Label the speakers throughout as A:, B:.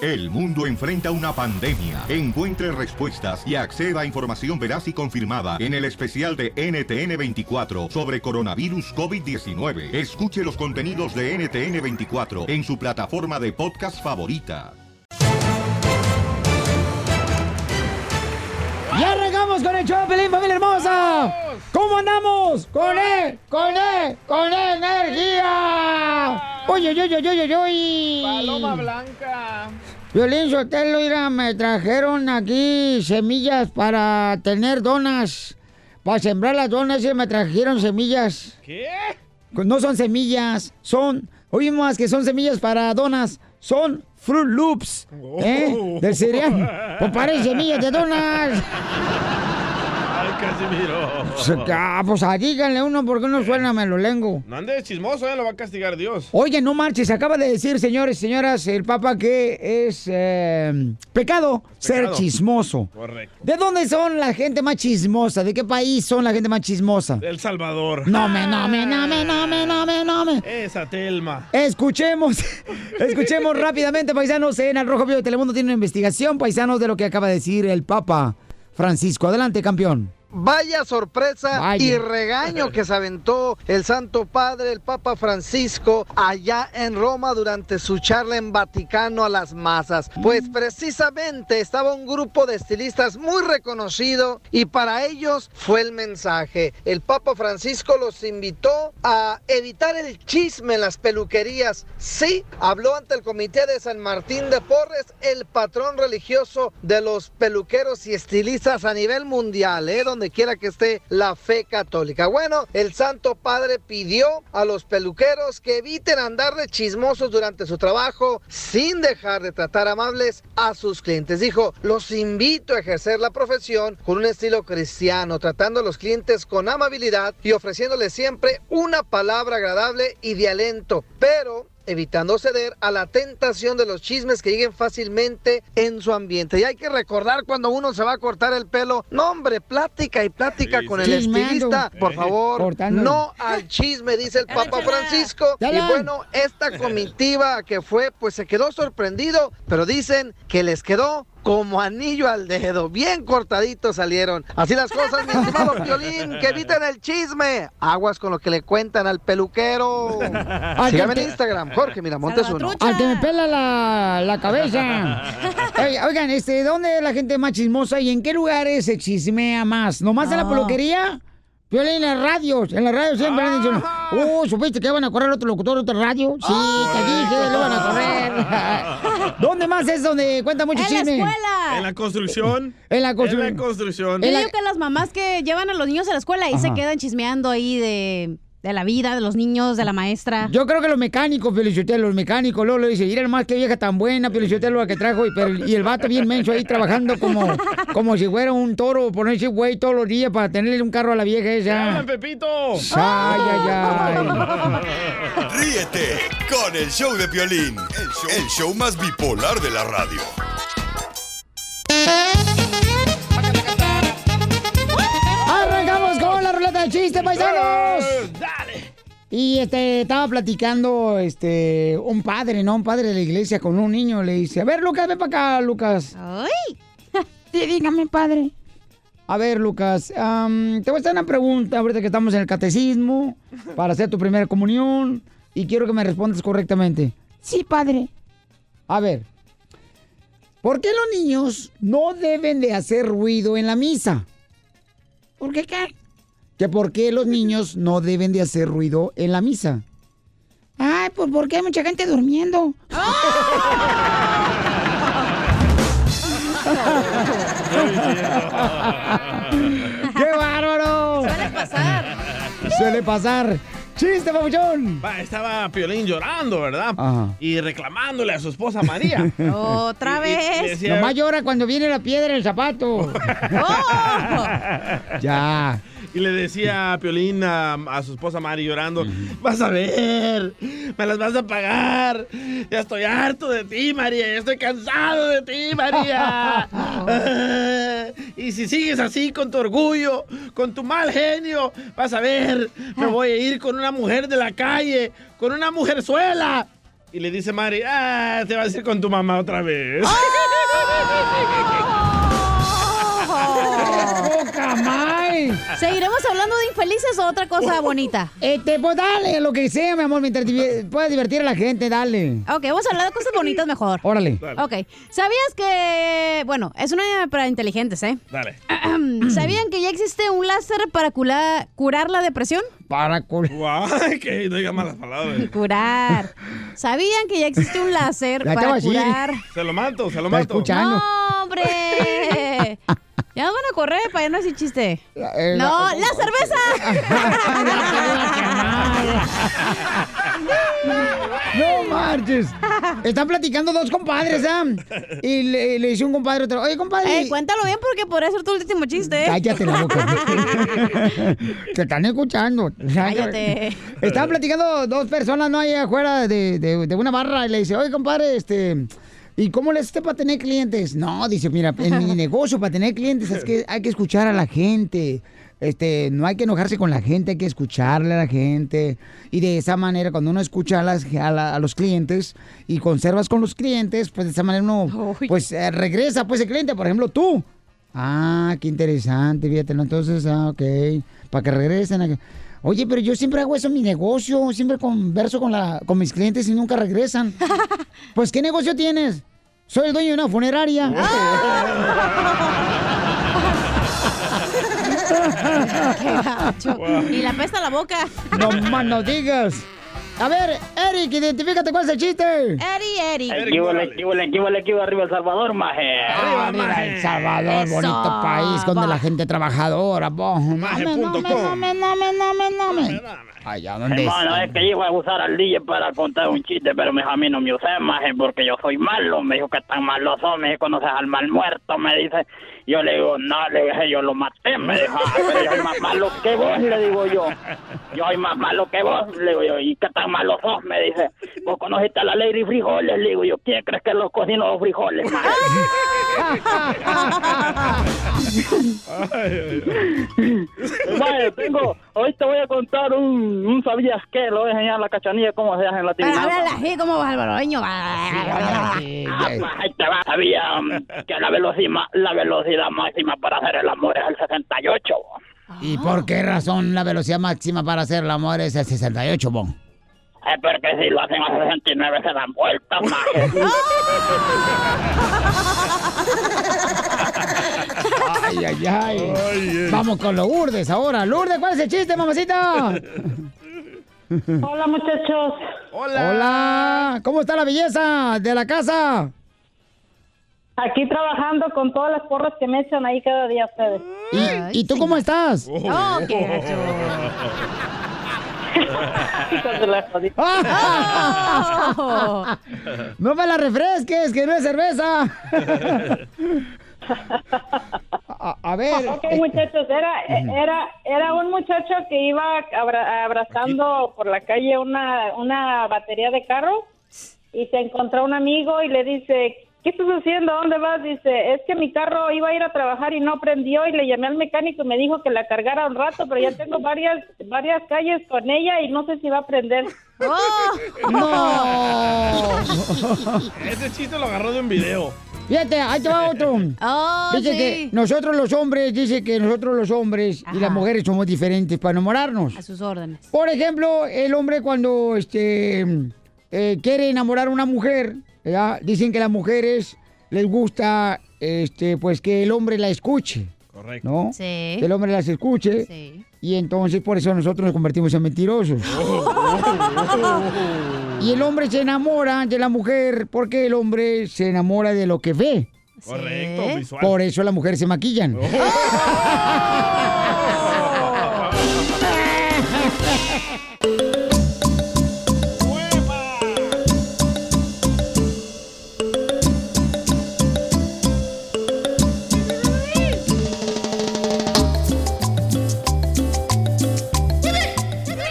A: El mundo enfrenta una pandemia. Encuentre respuestas y acceda a información veraz y confirmada en el especial de NTN24 sobre coronavirus COVID-19. Escuche los contenidos de NTN24 en su plataforma de podcast favorita.
B: ¡Ya arrancamos con el show de Pelín, familia hermosa! ¿Cómo andamos? ¡Con E! ¡Con E! ¡Con energía! ¡Oye, oye, oye, oye, oye! oye.
C: Ah. Paloma blanca.
B: Violín Sotelo, mira, me trajeron aquí semillas para tener donas. Para sembrar las donas y me trajeron semillas.
C: ¿Qué?
B: No son semillas, son... Oímos que son semillas para donas. Son Fruit Loops,
C: Oh.
B: ¿eh? Del cereal. Pues parecen semillas de donas.
C: Ay, Casimiro.
B: Ah, pues ah, díganle uno porque no suena melolengo.
C: No andes chismoso, eh, lo va a castigar Dios.
B: Oye, no marches, acaba de decir, señores y señoras, el Papa que es eh, pecado, ser chismoso.
C: Correcto.
B: ¿De dónde son la gente más chismosa? ¿De qué país son la gente más chismosa?
C: El Salvador.
B: No me, no me, no me, no me, no me, no me.
C: Esa Telma.
B: Escuchemos, escuchemos rápidamente, paisanos, en el Rojo Vivo de Telemundo tiene una investigación, paisanos, de lo que acaba de decir el Papa Francisco. Adelante, campeón.
D: Vaya sorpresa
B: Vaya.
D: y regaño que se aventó el Santo Padre, el Papa Francisco, allá en Roma durante su charla en Vaticano a las masas. Pues precisamente estaba un grupo de estilistas muy reconocido y para ellos fue el mensaje. El Papa Francisco los invitó a evitar el chisme en las peluquerías. Sí, habló ante el Comité de San Martín de Porres, el patrón religioso de los peluqueros y estilistas a nivel mundial, ¿eh? donde quiera que esté la fe católica. Bueno, el Santo Padre pidió a los peluqueros que eviten andar de chismosos durante su trabajo sin dejar de tratar amables a sus clientes. Dijo, los invito a ejercer la profesión con un estilo cristiano, tratando a los clientes con amabilidad y ofreciéndoles siempre una palabra agradable y de alento. Pero evitando ceder a la tentación de los chismes que lleguen fácilmente en su ambiente. Y hay que recordar cuando uno se va a cortar el pelo, no hombre, plática y plática con el
B: Chismeando.
D: estilista, por favor,
B: Cortándolo.
D: no al chisme, dice el Papa Francisco.
B: Ya
D: Y
B: la-
D: bueno, esta comitiva que fue, pues se quedó sorprendido, pero dicen que les quedó como anillo al dedo, bien cortaditos salieron. Así las cosas, mi estimado Piolín, que eviten el chisme. Aguas con lo que le cuentan al peluquero. Sígame en Instagram, Jorge Miramontes uno.
B: Al que me pela la, la cabeza. Oye, Oigan, este, ¿dónde es la gente más chismosa y en qué lugares se chismea más? ¿Nomás en la
E: Ah.
B: peluquería? Yo leí en las radios, en las radios siempre han dicho,
F: Ah.
B: oh, supiste que van a correr otro locutor, otra radio. Sí, te dije, lo van a correr. ¿Dónde más es donde cuenta mucho
F: En la
B: chisme?
F: escuela.
C: En la construcción.
B: En la
C: En
B: construcción.
C: la construcción.
F: Yo digo que las mamás que llevan a los niños a la escuela y se
B: Ajá.
F: quedan chismeando ahí de, de la vida, de los niños, de la maestra.
B: Yo creo que los mecánicos, Felicitelo, los mecánicos, luego le dice, mira más que vieja tan buena, Felicitelo, la que trajo, y, pero- y el vato bien menso ahí trabajando como, como si fuera un toro, ponerse güey todos los días para tenerle un carro a la vieja esa.
C: ¡Hablan, Pepito!
B: Ay, ay, ay.
G: Ríete con el show de Piolín, el show, el show más bipolar de la radio.
B: Arrancamos con la ruleta de chistes, paisanos.
C: ¡Dale!
B: Y este, estaba platicando este, un padre, ¿no? Un padre de la iglesia con un niño. Le dice, a ver, Lucas, ven para acá, Lucas.
F: ¡Ay!
B: Sí, dígame, padre. A ver, Lucas, am, te voy a hacer una pregunta ahorita que estamos en el catecismo para hacer tu primera comunión y quiero que me respondas correctamente.
E: Sí, padre.
B: A ver, ¿por qué los niños no deben de hacer ruido en la misa?
E: ¿Por qué qué?
B: ¿Que por qué los niños no deben de hacer ruido en la misa?
E: Ay, pues porque hay mucha gente durmiendo.
B: ¡Qué bárbaro!
F: Suele pasar.
B: Suele pasar. ¡Chiste, papuchón!
C: Va, estaba Piolín llorando, ¿verdad?
B: Ajá.
C: Y reclamándole a su esposa María.
F: Otra
C: Y- y- y
F: vez.
C: decía-
B: Nomás llora cuando viene la piedra en el zapato.
F: ¡Oh!
B: ya.
C: Y le decía a Piolín a, a su esposa Mari llorando, vas a ver, me las vas a pagar, ya estoy harto de ti María, ya estoy cansado de ti María. Ah, y si sigues así con tu orgullo, con tu mal genio, vas a ver, me voy a ir con una mujer de la calle, con una mujerzuela. Y le dice Mari, ah, te vas a ir con tu mamá otra vez.
B: Ah. ¡Poca mal!
F: ¿Seguiremos hablando de infelices o otra cosa bonita?
B: Este, pues dale, lo que sea, mi amor, mientras divi- puedas divertir a la gente, dale.
F: Ok, vamos a hablar de cosas bonitas mejor.
B: Órale.
F: Ok, ¿sabías que... Bueno, es una para inteligentes, ¿eh?
C: Dale.
F: ¿Sabían que ya existe un láser para cula- curar la depresión?
B: Para cul-
C: Guau, que no diga malas palabras.
F: Curar. ¿Sabían que ya existe un láser
B: Ya te
F: para
B: vas a ir.
F: curar?
C: Se lo mato, se lo
B: ¿Está
C: mato.
B: escuchando?
F: ¡No, hombre! Ya nos van a correr para ya no decir chiste.
B: Eh,
F: ¡No,
B: la-
F: la cerveza!
B: No marches. Están platicando dos compadres, ¿ah? Y le, le dice un compadre a otro, oye, compadre.
F: Ey, Eh, cuéntalo bien porque podría ser tu último chiste. ¿eh?
B: Cállate la boca. Te están escuchando.
F: Cállate.
B: Estaban platicando dos personas, ¿no? Ahí afuera de, de- de una barra y le dice, oye, compadre, este... ¿Y cómo le haces para tener clientes? No, dice, mira, en mi negocio para tener clientes es que hay que escuchar a la gente. Este, no hay que enojarse con la gente, hay que escucharle a la gente. Y de esa manera, cuando uno escucha a, las- a la- a los clientes y conservas con los clientes, pues de esa manera uno,
F: Uy.
B: pues eh, regresa, pues el cliente, por ejemplo, tú. Ah, qué interesante, fíjate, ¿no? Entonces, ah, ok, para que regresen. a que- Oye, pero yo siempre hago eso en mi negocio, siempre converso con, la, con mis clientes y nunca regresan. pues, ¿qué negocio tienes? Soy el dueño de una funeraria.
F: Ah. Qué gacho. Y la pesta la boca.
B: No más no digas. A ver, Eric, identifícate cuál es el chiste.
F: Eri, Eri.
C: Eric,
H: Equívale,
C: dale.
H: equívale, equívale, equívale, arriba El Salvador, maje.
C: Arriba,
B: Arriba,
C: maje.
B: El Salvador,
F: Eso,
B: bonito país donde
F: va.
B: la gente trabajadora. po.
C: Maje
B: Nome,
C: punto
B: nome,
C: com.
B: nome, nome, nome, nome. Allá donde
H: Hermano,
B: está.
H: es que iba a usar al DJ para contar un chiste, pero me dijo, a mí no me usé, maje, porque yo soy malo. Me dijo que tan malos son, me dijo, conoces al mal muerto, me dice. Yo le digo, no, le dije, yo lo maté, me dijo, "Ah, pero yo soy más malo que vos, le digo yo. Yo soy más malo que vos, le digo yo, ¿y qué tan malo sos? Me dice, vos conociste a la Lady Frijoles, le digo yo, ¿quién crees que los cocino los frijoles, maje? Bueno, tengo, hoy te voy a contar un, un sabías qué, lo voy a enseñar a la cachanilla cómo se hace en la
F: Pero
H: tienda.
F: háblala así como barbaroño.
B: Sí,
H: Ah,
B: ya-
H: pues ahí te va. Sabía mm, que la velocidad, la velocidad máxima para hacer el amor es el 68. bo.
B: ¿Y por qué razón la velocidad máxima para hacer el amor es el 68, bon?
H: Es Eh, porque si lo hacen a 69 se dan vueltas, maje.
B: Ay, ay, ay.
C: Ay, eh.
B: Vamos con los Urdes ahora. Lourdes, ¿cuál es el chiste, mamacita?
I: Hola muchachos,
C: Hola.
B: Hola. ¿Cómo está la belleza de la casa?
I: aquí trabajando con todas las porras que me echan ahí cada día ustedes.
B: ¿Y, y tú cómo estás?
F: Oh, qué gacho.
I: Chicos de la jodida.
F: Oh.
B: No me la refresques, que no es cerveza. A, a ver. este,
I: Ok
J: eh,
I: muchachos, era, era, era un muchacho que iba abra- abrazando por la calle una, una batería de carro y se encontró un amigo y le dice, ¿qué estás haciendo? ¿A ¿Dónde vas? Dice, es que mi carro iba a ir a trabajar y no prendió y le llamé al mecánico y me dijo que la cargara un rato, pero ya tengo varias, varias calles con ella y no sé si va a prender.
B: No.
C: Ese chiste lo agarró de un video.
B: Fíjate, ahí te va otro.
F: Oh,
B: Dice que
F: sí.
B: nosotros los hombres, dice que nosotros los hombres y las
F: Ajá.
B: mujeres somos diferentes para enamorarnos.
F: A sus órdenes.
B: Por ejemplo, el hombre cuando este eh, quiere enamorar a una mujer, ¿verdad? dicen que las mujeres les gusta este pues que el hombre la escuche,
C: Correcto.
B: ¿no?
F: Sí.
B: Que el hombre las escuche.
F: Sí.
B: Y entonces por eso nosotros nos convertimos en mentirosos. y el hombre se enamora de la mujer porque el hombre se enamora de lo que ve. ¿Eh?
C: Correcto,
F: Sí.
C: visual. Oh.
B: Por eso las mujeres se maquillan.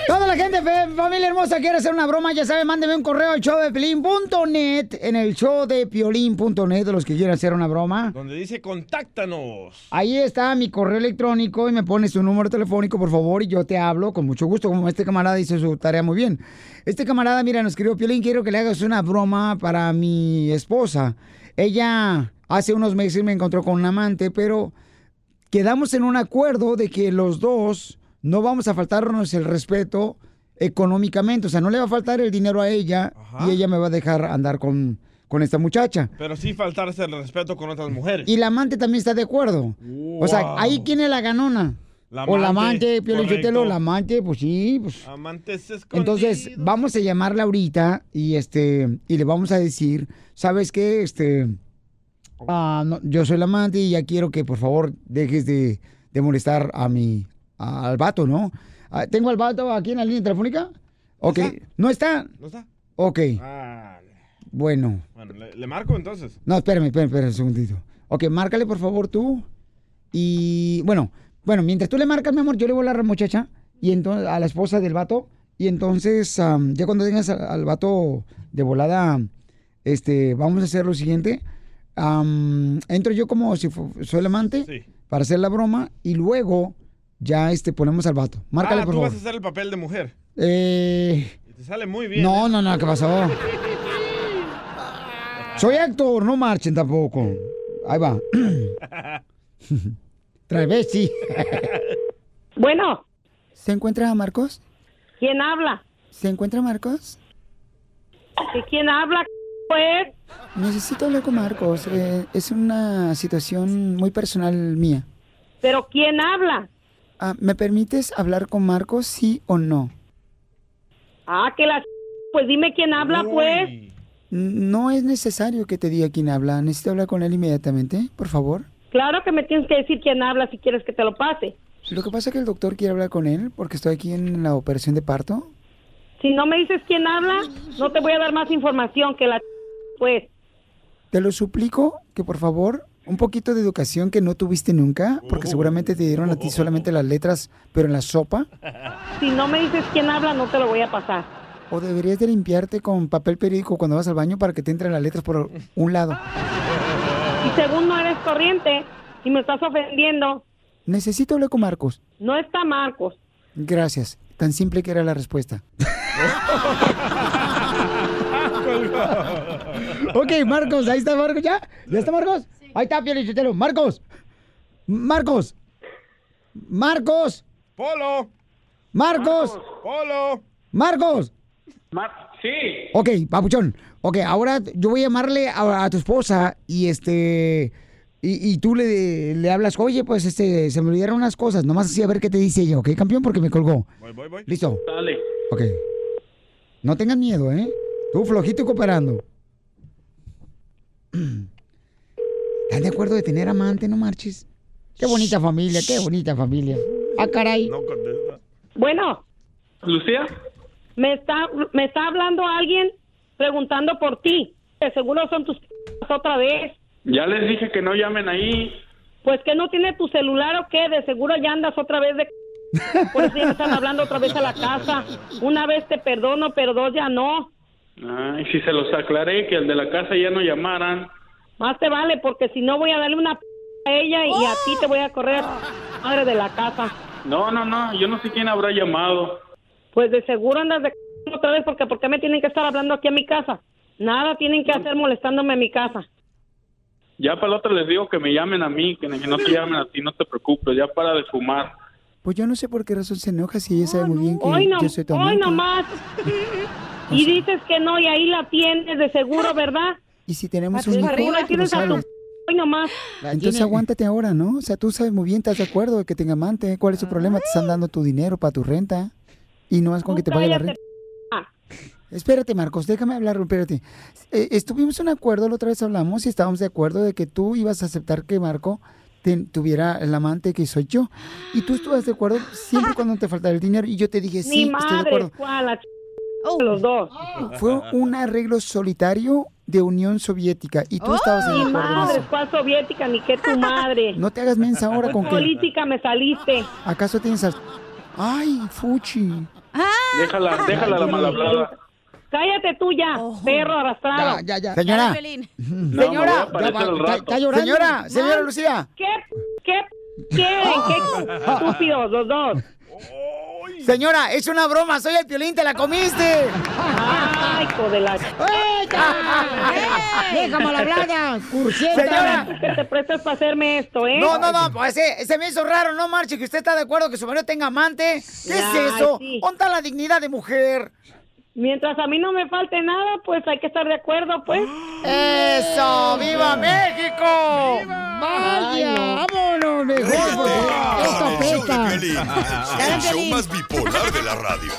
B: Toda la gente, fe- familia familia hermosa quiere hacer una broma, ya sabe, mándeme un correo al show de piolín.net, en el show de piolín.net, los que quieran hacer una broma.
C: Donde dice contáctanos.
B: Ahí está mi correo electrónico y me pones tu número telefónico, por favor, y yo te hablo con mucho gusto, como este camarada hizo su tarea muy bien. Este camarada, mira, nos escribió, Piolín, quiero que le hagas una broma para mi esposa. Ella hace unos meses me encontró con un amante, pero quedamos en un acuerdo de que los dos no vamos a faltarnos el respeto económicamente, o sea, no le va a faltar el dinero a ella y ella me va a dejar andar con, con esta muchacha.
C: Pero sí faltarse el respeto con otras mujeres.
B: Y la amante también está de acuerdo. O sea,
C: Wow.
B: ahí quién es la ganona.
C: La
B: o la
C: amante,
B: amante, Piolín
C: correcto.
B: Sotelo, la amante, pues sí, pues.
C: Amantes escondidos.
B: Entonces, vamos a llamarla ahorita y este, y le vamos a decir, ¿sabes qué? Este, ah, no, yo soy la amante y ya quiero que por favor dejes de, de molestar a mi, a- al vato, ¿no? Ah, ¿Tengo al vato aquí en la línea telefónica? Ok, ¿no está?
C: ¿No está?
B: Ok,
C: Ah,
B: bueno.
C: bueno, le, le marco entonces.
B: No, espérame, espérame, espérame un segundito. Ok, márcale por favor tú. Y bueno, bueno, mientras tú le marcas, mi amor, yo le voy a hablar a la muchacha y entonces a la esposa del vato. Y entonces, am, ya cuando tengas al, al vato de volada, este, vamos a hacer lo siguiente. Am, entro yo como si fu- soy el amante para hacer la broma y luego ya este ponemos al vato. Márcale
C: ah,
B: por
C: tú
B: favor.
C: vas a hacer el papel de mujer.
B: Eh,
C: Te sale muy bien. ¿eh?
B: no, no, no, ¿qué pasó? Soy actor, no marchen tampoco. Ahí va. Travesti.
I: bueno.
B: ¿Se encuentra Marcos?
I: ¿Quién habla?
B: ¿Se encuentra Marcos?
I: ¿Y quién habla? c- Pues
B: Necesito hablar con Marcos. eh, es una situación muy personal mía.
I: ¿Pero quién habla?
B: Ah, ¿Me permites hablar con Marcos, sí o no?
I: Ah, que la... c- Pues dime quién habla, pues.
B: N- No es necesario que te diga quién habla. Necesito hablar con él inmediatamente, por favor.
I: Claro que me tienes que decir quién habla si quieres que te lo pase.
B: Lo que pasa es que el doctor quiere hablar con él porque estoy aquí en la operación de parto.
I: Si no me dices quién habla, no te voy a dar más información que la... c- Pues,
B: Te lo suplico que por favor, un poquito de educación que no tuviste nunca, porque seguramente te dieron a ti solamente las letras, pero en la sopa.
I: si no me dices quién habla, no te lo voy a pasar.
B: O deberías de limpiarte con papel periódico cuando vas al baño para que te entren las letras por un lado.
I: Y según no eres corriente y me estás ofendiendo,
B: Necesito hablar con Marcos.
I: no está pues. Marcos.
B: Gracias. Tan simple que era la respuesta. Ok, Marcos, ahí está Marcos, ¿ya? ¿Ya está Marcos? Ahí está, Pielichotelo. Marcos. Marcos. Marcos.
C: Polo.
B: Marcos.
C: Polo.
B: Marcos.
K: sí.
B: Ok, papuchón. Ok, ahora yo voy a llamarle a, a tu esposa y este. Y, y tú le, le hablas, oye, pues este, se me olvidaron unas cosas, nomás así a ver qué te dice ella, ¿ok, campeón? Porque me colgó.
K: Voy, voy, voy.
B: Listo.
K: Dale.
B: Ok. No tengas miedo, ¿eh? Tú flojito y cooperando. ¿Están de acuerdo de tener amante, no marches? Qué bonita familia, qué bonita familia. Ah, caray.
I: Bueno,
K: ¿Lucía?
I: me está, me está hablando alguien preguntando por ti. De seguro son tus... otra vez.
K: Ya les dije que no llamen ahí.
I: Pues que no tiene tu celular o qué, de seguro ya andas otra vez de... Por eso ya me están hablando otra vez a la casa. Una vez te perdono, pero dos ya no.
K: Ay, si se los aclaré que el de la casa ya no llamaran.
I: Más te vale, porque si no voy a darle una p- a ella y a ti te voy a correr a tu madre de la casa.
K: No, no, no, yo no sé quién habrá llamado.
I: Pues de seguro andas de c- otra vez, porque ¿por qué me tienen que estar hablando aquí a mi casa? Nada tienen que hacer molestándome en mi casa.
K: Ya para la otra les digo que me llamen a mí, que que no te llamen a ti, no te preocupes, ya para de fumar.
B: Pues yo no sé por qué razón se enoja si ella sabe muy bien que
I: Hoy Ah, no,
B: yo soy tu
I: hoy
B: amante.
I: nomás. Y dices que no, y ahí la tienes de seguro, ¿verdad?
B: Y si tenemos un
I: Pues
B: hijo,
I: arriba
B: tú lo
I: tienes a tu...
B: sabes.
I: p- Hoy nomás.
B: Entonces aguántate ahora, ¿no? O sea, tú sabes muy bien, estás de acuerdo de que tenga amante. ¿Cuál es tu problema? Te
I: Ah.
B: están dando tu dinero para tu renta. Y no es con que te pague la
I: cállate,
B: renta. Espérate, Marcos, déjame hablar, espérate. Eh, estuvimos en acuerdo, la otra vez hablamos y estábamos de acuerdo de que tú ibas a aceptar que Marco te- tuviera el amante que soy yo. Y tú estuviste de acuerdo siempre cuando te faltara el dinero. Y yo te dije,
I: Ni
B: sí, estoy de
I: madre,
B: acuerdo. Oh.
I: cuál, la ch- los dos.
B: Fue un arreglo solitario de Unión Soviética. Y tú estabas
L: ¡Oh!
B: en
I: Ni
B: acuerdo. en
I: Oh, madre,
B: eso.
I: cuál soviética, ni que tu madre.
B: No te hagas mensa ahora
I: Muy
B: con que...
I: política me saliste.
B: ¿Acaso tienes... as- Ay, Fuchi.
K: Déjala, déjala la mala hablada.
L: Cállate tú ya, perro arrastrado.
B: Ya, ya, ya. Señora. Dale,
K: No, me voy a
B: Señora,
K: aparecer al
B: está-
K: rato.
B: está llorando. Señora, señora Lucía.
L: ¿Qué? ¿Qué? ¿Quieren? ¿Qué estúpidos los dos?
B: Señora, es una broma, soy el piolín, te la comiste.
L: ¡Ay, hijo de la...
B: Deja mal hablada, cursienta.
L: Señora. que te prestas para hacerme esto, ¿eh?
B: No, no, no, pues eh, se me hizo raro, no marche, que usted está de acuerdo que su marido tenga amante. ¿Qué
L: Ay,
B: es eso?
L: sí.
B: ¿Dónde está la dignidad de mujer?
L: Mientras a mí no me falte nada, pues hay que estar de acuerdo, pues.
B: ¡Eso! ¡Viva México! ¡Vaya! ¡Vámonos, mejor! porque esto
G: Con el show de
B: apesta.
G: Piolín, el show más bipolar de la radio.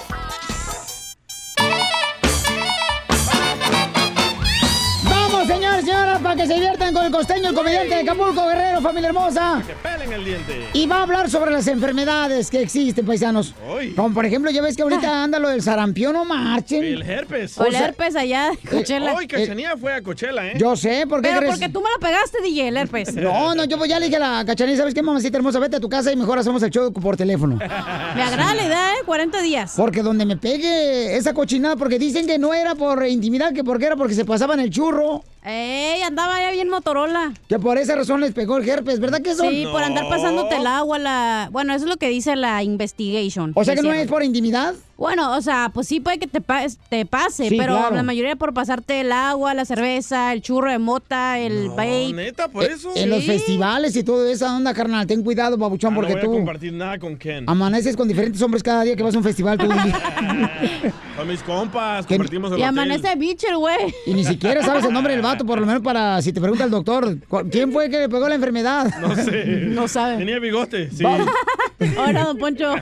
B: ¡Vamos, señores, señoras, para que se diviertan con el costeño, el comediante de Acapulco, Guerrero, familia
F: Ah.
B: hermosa!
C: Pelen el diente.
B: Y va a hablar sobre las enfermedades que existen, paisanos.
C: Uy.
B: Como por ejemplo, ya ves que
L: Ah.
B: ahorita anda lo del sarampión, no marchen.
C: El herpes.
B: O el herpes
F: allá,
B: Coachella.
C: eh, Hoy Cachanía fue a Coachella, ¿eh?
B: Yo sé, ¿por qué
F: Pero
B: crees?
F: porque tú me lo pegaste, DJ, el herpes.
B: No, no, yo pues ya le dije a la cachanilla, ¿sabes qué, mamacita hermosa? Vete a tu casa y mejor hacemos el show por teléfono.
F: Me agrada la edad, ¿eh? 40 días.
B: Porque donde me pegue esa cochinada, porque dicen que no era por intimidad, que porque era porque se pasaban el churro.
F: ¡Ey! Andaba ya bien Motorola.
B: Que por esa razón les pegó el herpes, ¿verdad que son?
F: Sí, por andar pasándote el agua, la... Bueno, eso es lo que dice la investigation.
B: O sea que no
F: hicieron.
B: es por intimidad.
F: Bueno, o sea, pues sí puede que te, pa- te pase,
B: Sí,
F: pero
B: claro.
F: la mayoría por pasarte el agua, la cerveza, el churro de mota, el vape.
C: ¿Neta por
B: Eh,
C: eso? Ah,
B: En los festivales y todo esa onda, carnal. Ten cuidado, babuchón,
C: No
B: porque
C: voy a
B: tú
C: compartir nada con Ken.
B: amaneces con diferentes hombres cada día que vas a un festival. tú.
C: Con mis compas, compartimos el
F: Y
C: hotel.
F: amanece bicho el güey.
B: y ni siquiera sabes el nombre del vato, por lo menos para si te pregunta el doctor, ¿cu- ¿quién fue que le pegó la enfermedad?
C: No sé.
F: No sabe.
C: Tenía bigote, sí.
B: Vamos.
F: Hola, don Poncho.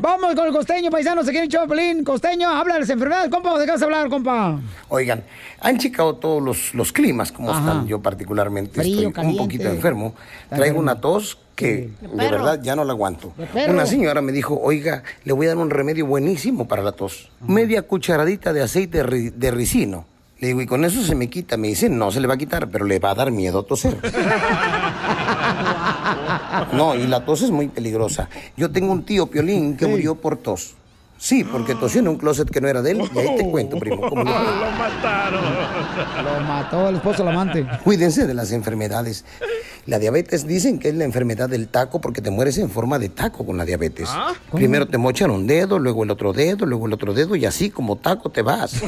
B: Vamos con el costeño, paisano, se quiere Choplin. Costeño, habla de las enfermedades, compa, ¿o ¿de qué vas a hablar, compa?
M: Oigan, han checado todos los, los climas, como
B: Ajá.
M: están. Yo particularmente
B: Frío,
M: estoy un
B: caliente.
M: poquito enfermo.
B: Está
M: Traigo
B: enfermo.
M: una tos que de
B: perro.
M: verdad ya no la aguanto.
B: De perro.
M: Una señora me dijo, oiga, le voy a dar un remedio buenísimo para la tos. Media cucharadita de aceite ri- de ricino. Le digo, y con eso se me quita. Me dice, no se le va a quitar, pero le va a dar miedo toser. No, y la tos es muy peligrosa. Yo tengo un tío, Piolín, que murió por tos. Sí, porque tosió en un closet que no era de él. Y ahí te cuento, primo. cómo le fue.
C: Lo mataron.
B: Lo mató el esposo, la amante.
M: Cuídense de las enfermedades. La diabetes dicen que es la enfermedad del taco porque te mueres en forma de taco con la diabetes. Primero te mochan un dedo, luego el otro dedo, luego el otro dedo y así como taco te vas.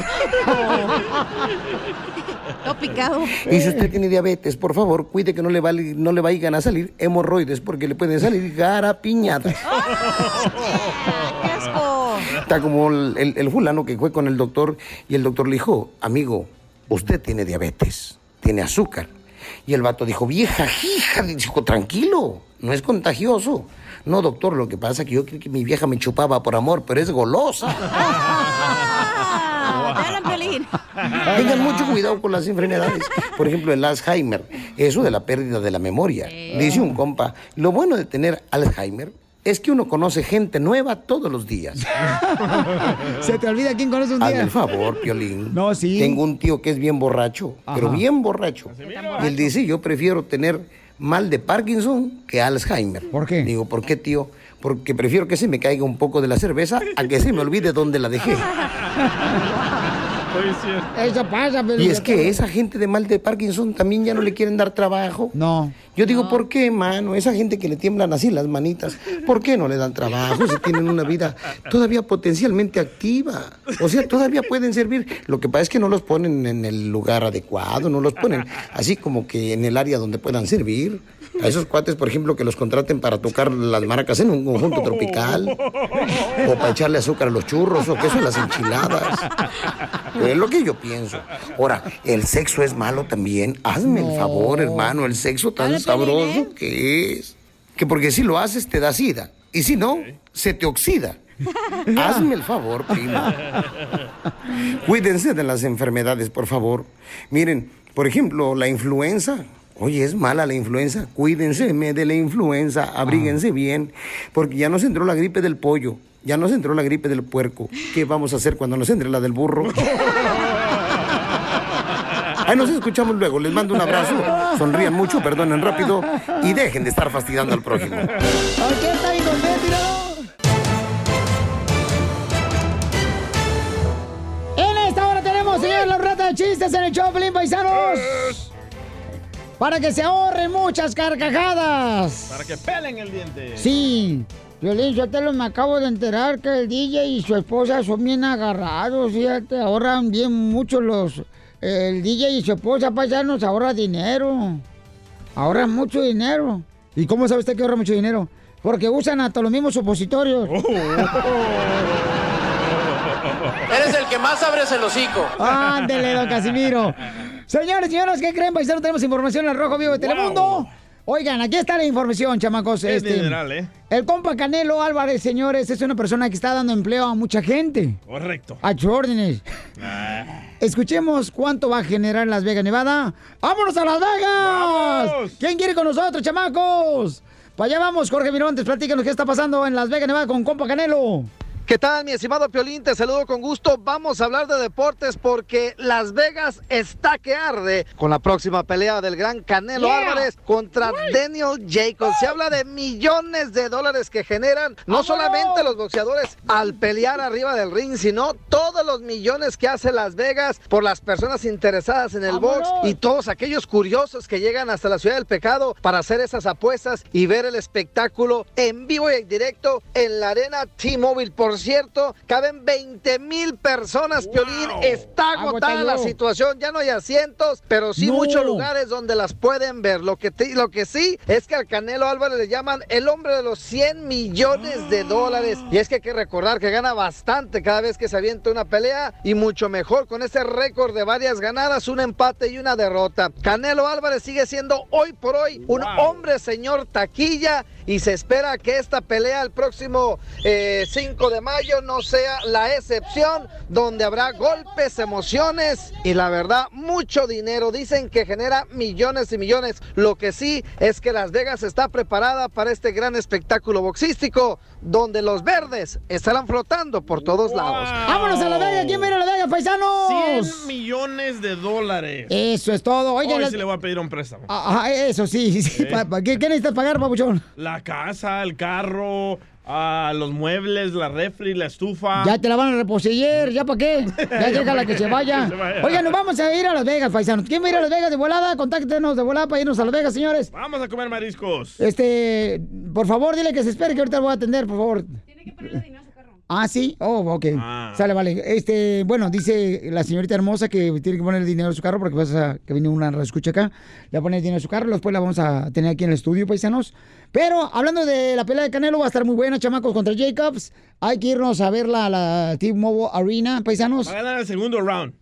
F: Todo picado.
M: Y si usted tiene diabetes, por favor, cuide que no le, vale- no le vayan a salir hemorroides porque le pueden salir garapiñadas.
B: Ah.
M: Está como el, el- el fulano que fue con el doctor y el doctor le dijo, amigo, usted tiene diabetes, tiene azúcar. Y el vato dijo, vieja hija, dijo, tranquilo, no es contagioso. No, doctor, lo que pasa es que yo creí que mi vieja me chupaba por amor, pero es golosa.
F: Hablan, Piolín.
M: Tengan mucho cuidado con las enfermedades. Por ejemplo, el Alzheimer, eso de la pérdida de la memoria. Dice un compa, lo bueno de tener Alzheimer es que uno conoce gente nueva todos los días.
B: Se te olvida quién conoce un
M: Hazme
B: día.
M: el favor, Piolín.
B: No, sí.
M: Tengo un tío que es bien borracho, pero
B: Ajá.
M: bien borracho. Y él dice, yo prefiero tener mal de Parkinson que Alzheimer. ¿Por qué? Digo, ¿por qué, tío? Porque prefiero que se me caiga un poco de la cerveza a que se me olvide dónde la dejé.
B: Eso pasa, pero.
M: Y es que esa gente de mal de Parkinson también ya no le quieren dar trabajo.
B: No.
M: Yo digo, ¿por qué, mano? Esa gente que le tiemblan así las manitas, ¿por qué no le dan trabajo si tienen una vida todavía potencialmente activa? O sea, todavía pueden servir. Lo que pasa es que no los ponen en el lugar adecuado, no los ponen así como que en el área donde puedan servir. A esos cuates, por ejemplo, que los contraten para tocar las maracas en un conjunto tropical o para echarle azúcar a los churros o queso a las enchiladas. Es lo que yo pienso. Ahora, el sexo es malo también. Hazme el favor, hermano, el sexo tan sabroso que es. Que porque si lo haces te da sida. Y si no, se te oxida. Hazme el favor, primo. Cuídense de las enfermedades, por favor. Miren, por ejemplo, la influenza. Oye, es mala la influenza. Cuídense de la influenza. Abríguense bien. Porque ya nos entró la gripe del pollo. Ya nos entró la gripe del puerco. ¿Qué vamos a hacer cuando nos entre la del burro? Ahí nos escuchamos luego. Les mando un abrazo. Sonrían mucho, perdonen rápido. Y dejen de estar fastidiando al prójimo.
B: ¿Por qué está bien contento, no? señores, la rata de chistes en el show, Pelín Paisanos. Para que se ahorren muchas carcajadas.
C: Para que pelen el diente.
B: Sí. Violín, yo te lo me acabo de enterar que el DJ y su esposa son bien agarrados, fíjate, ahorran bien mucho los... El DJ y su esposa paisanos ahorra dinero. Ahorran mucho dinero. ¿Y cómo sabe usted que ahorra mucho dinero? Porque usan hasta los mismos supositorios. Oh.
N: Eres el que más abres el hocico.
B: Ándele, don Casimiro. Señores, señoras, ¿qué creen? Paisano, tenemos información en el Rojo Vivo de Telemundo. Oigan, aquí está la información, chamacos. este,
C: Es general, ¿eh?
B: El compa Canelo Álvarez, señores, es una persona que está dando empleo a mucha gente.
C: Correcto. Ah.
B: A sus órdenes. Escuchemos cuánto va a generar Las Vegas, Nevada. ¡Vámonos a Las Vegas! ¿Quién quiere con nosotros, chamacos? Para allá vamos, Jorge Mirontes, platícanos qué está pasando en Las Vegas, Nevada con compa Canelo.
D: ¿Qué tal, mi estimado Piolín? Te saludo con gusto. Vamos a hablar de deportes porque Las Vegas está que arde con la próxima pelea del gran Canelo
O: Yeah.
D: Álvarez contra Daniel Jacobs. Se habla de millones de dólares que generan no solamente los boxeadores al pelear arriba del ring, sino todos los millones que hace Las Vegas por las personas interesadas en el box y todos aquellos curiosos que llegan hasta la ciudad del pecado para hacer esas apuestas y ver el espectáculo en vivo y en directo en la arena T-Mobile. Por cierto, caben 20 mil personas, Piolín. Está agotada la
O: Agotado.
D: situación, ya no hay asientos, pero sí
O: No.
D: muchos lugares donde las pueden ver. Lo que, te- lo que sí es que al Canelo Álvarez le llaman el hombre de los 100 millones de dólares. Y es que hay que recordar que gana bastante cada vez que se avienta una pelea y mucho mejor con ese récord de varias ganadas, un empate y una derrota. Canelo Álvarez sigue siendo hoy por hoy un hombre señor taquilla y se espera que esta pelea el próximo eh, 5 de mayo no sea la excepción, donde habrá golpes, emociones y la verdad mucho dinero. Dicen que genera millones y millones. Lo que sí es que Las Vegas está preparada para este gran espectáculo boxístico, donde los verdes estarán flotando por todos lados.
B: ¡Vámonos a Las Vegas! ¿Quién viene a Las Vegas, paisanos?
C: 100 millones de dólares.
B: Eso es todo. Oigan,
C: Hoy
B: las-
C: sí le voy a pedir un préstamo.
B: Ah, ah, eso sí, sí.
C: Eh.
B: pa- pa- ¿Qué, qué necesitas pagar, papuchón?
C: La casa, el carro, ah, los muebles, la refri, la estufa.
B: Ya te la van a reposeer, ¿ya para qué? Ya
C: Ya
B: llega
C: pa'
B: la
C: qué,
B: que se vaya.
C: que se vaya.
B: Oigan, nos vamos a ir a Las Vegas, paisanos. ¿Quién va a ir a Las Vegas de volada? Contáctenos de volada para irnos a Las Vegas, señores.
C: Vamos a comer mariscos.
B: Este, por favor, dile que se espere, que ahorita lo voy a atender, por favor. Tiene que ponerle dinero a su carro. Ah, sí. Oh, ok. Sale, vale. Este, bueno, dice la señorita hermosa que tiene que poner dinero a su carro porque pasa que viene una escucha acá. Le pone dinero a su carro, después la vamos a tener aquí en el estudio, paisanos. Pero hablando de la pelea de Canelo, va a estar muy buena, chamacos contra Jacobs. Hay que irnos a verla a la Team Mobile Arena, paisanos.
C: Va a ganar el segundo round.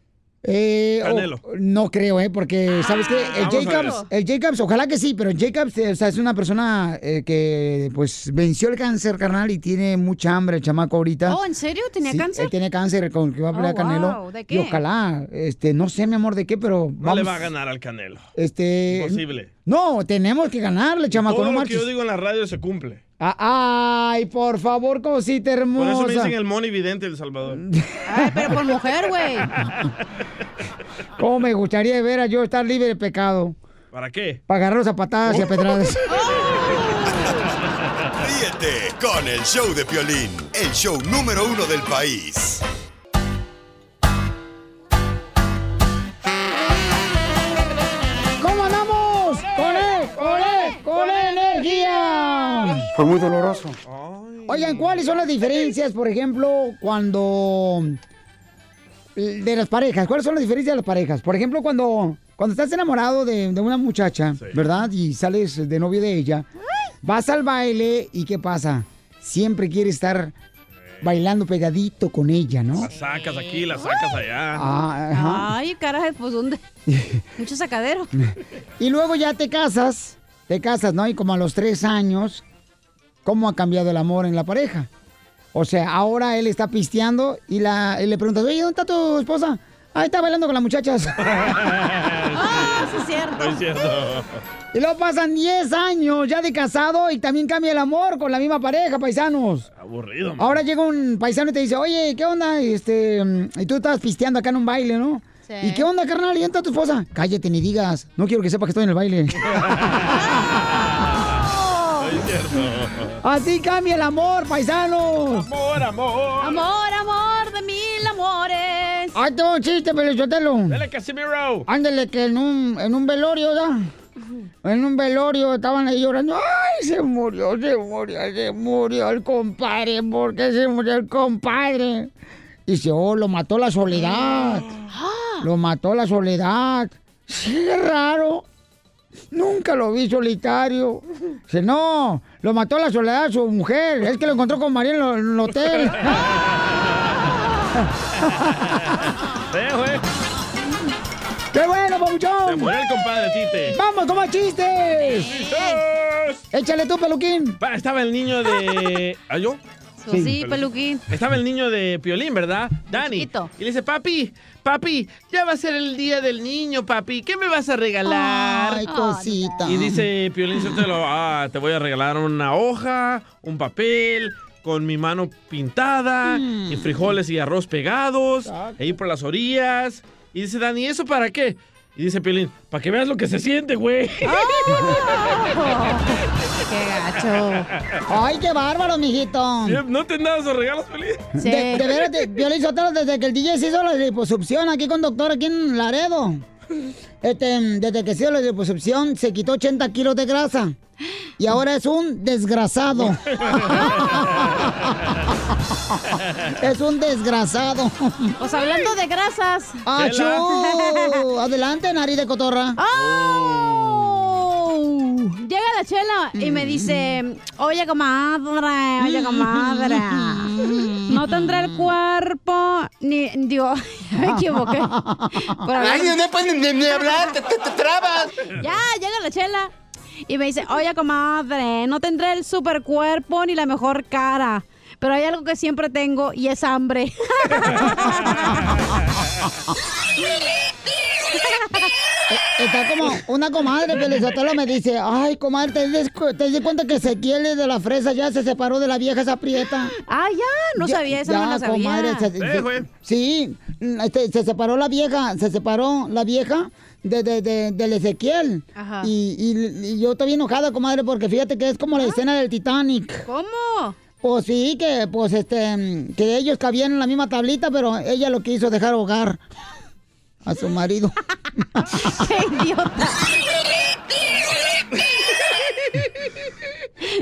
B: Eh, o-
C: Canelo.
B: no creo, ¿eh? Porque, ¿sabes qué?
F: Ah,
B: El
C: vamos a
B: Jacobs, el Jacobs, ojalá que sí, pero el Jacobs eh, o sea, es una persona eh, que, pues, venció el cáncer, carnal, y tiene mucha hambre el chamaco ahorita.
F: Oh, ¿en serio? ¿Tenía
B: Sí,
F: cáncer?
B: Él tiene cáncer con el que va a
F: Oh,
B: pelear Canelo.
F: wow, ¿de
B: Y
F: qué?
B: ojalá, este, no sé, mi amor, de qué, pero
C: No le va a ganar al Canelo.
B: Este,
C: Imposible.
B: No, tenemos que ganarle, chamaco,
C: Todo
B: no
C: lo que
B: marches.
C: yo digo en la radio se cumple.
B: Ah, Ay, por favor, cosita
C: Por
B: hermosa.
C: eso me dicen el mono vidente del Salvador.
B: pero por mujer, güey. ¿Cómo me gustaría ver a yo estar libre de pecado?
C: ¿Para qué? Oh.
B: Para agarrarlos a patadas y a pedradas.
G: Ríete con el show de Piolín, el show número uno del país.
B: ¿Cómo andamos? Con
J: E,
B: él, con él, con él, energía.
M: Fue muy doloroso.
B: Oigan, ¿cuáles son las diferencias, por ejemplo, cuando... eh, De las parejas, ¿cuáles son las diferencias de las parejas? Por ejemplo, cuando, cuando estás enamorado de, de una muchacha, ¿verdad? Y sales de novio de ella, vas al baile y ¿qué pasa? Siempre quieres estar bailando pegadito con ella, ¿no?
C: La sacas aquí, la sacas allá.
B: Ah, ajá.
F: Ay, carajo, pues ¿dónde? Mucho sacadero.
B: Y luego ya te casas, te casas, ¿no? Y como a los tres años, ¿cómo ha cambiado el amor en la pareja? O sea, ahora él está pisteando y, la, y le preguntas, oye, ¿dónde está tu esposa? Ah, está bailando con las muchachas.
F: Ah, sí es cierto.
C: No es cierto.
B: y luego pasan 10 años ya de casado y también cambia el amor con la misma pareja, paisanos.
C: Aburrido. man.
B: Ahora llega un paisano y te dice, oye, ¿qué onda? Este, mm, y tú estabas pisteando acá en un baile, ¿no?
F: Sí.
B: ¿Y qué onda, carnal? ¿Y dónde está tu esposa? Cállate, ni digas. No quiero que sepa que estoy en el baile.
C: No es cierto.
B: Así cambia el amor, paisanos.
C: Amor, amor.
F: Amor, amor de mil amores.
B: Ahí te va un chiste, Pelichotelo.
C: Dale, Casimiro.
B: Ándale, que en un, en un velorio, ¿da? En un velorio estaban ahí llorando. ¡Ay, se murió, se murió, se murió el compadre! ¿Por qué se murió el compadre? Dice, oh, lo mató la soledad.
C: Ah.
B: Lo mató la soledad. Sí, qué raro. Nunca lo vi solitario. Dice, no, lo mató la soledad su mujer. Es que lo encontró con María en lo- en el hotel.
C: Eh, güey.
B: ¡Qué bueno, papuchón!
C: Se murió el compadre Tite.
B: ¡Vamos, toma chistes! ¡Échale tú, peluquín!
C: Pa, estaba el niño de. ¿Ah, yo?
F: Sí. Sí, peluquín.
C: Estaba el niño de Piolín, ¿verdad? Dani. Y le dice, papi, papi, ya va a ser el día del niño, papi. ¿Qué me vas a regalar?
B: Ay, cosita.
C: Y dice Piolín Sotelo, ah, te voy a regalar una hoja, un papel, con mi mano pintada,
B: Mm.
C: y frijoles y arroz pegados, e ir por las orillas. Y dice Dani, ¿eso para qué? Y dice Piolín, para que veas lo que se siente, güey.
B: ¡Qué gacho! ¡Ay, qué bárbaro, mijito!
C: ¿No te han dado esos regalos, Piolín?
B: De, de veras, de- Piolín Sotelo, desde que el DJ se hizo la liposucción aquí con doctor, aquí en Laredo. Este, desde que se hizo la liposucción, se quitó 80 kilos de grasa. Y ahora es un desgrasado. es un desgrasado.
F: Pues hablando de grasas.
B: ¡Achú! Adelante, nariz de cotorra.
F: ¡Oh! Llega la chela y me dice, oye comadre, oye comadre, no tendrá el cuerpo ni, digo, me equivoqué.
N: Ay, no
F: puedes pues, ni, hablar, te, trabas. Ya, llega la chela y me dice, oye comadre, no tendré el super cuerpo ni la mejor cara, pero hay algo que siempre tengo y es hambre.
B: Está como una comadre, Pelizotelo me dice, ay, comadre, ¿te des, cu- te di cuenta que Ezequiel de la fresa ya se separó de la vieja esa prieta?
F: Ah, ya, no sabía, esa no la sabía. Eh, güey.
B: sí, mm, este, se separó la vieja, se separó la vieja de, de- de- del Ezequiel.
F: Ajá.
B: Y, y- y yo estoy bien enojada, comadre, porque fíjate que es como la escena del Titanic.
F: ¿Ah? ¿Cómo?
B: Pues sí, que, pues, este, mm, que ellos cabían en la misma tablita, pero ella lo quiso dejar ahogar a su marido.
F: ¡Qué idiota!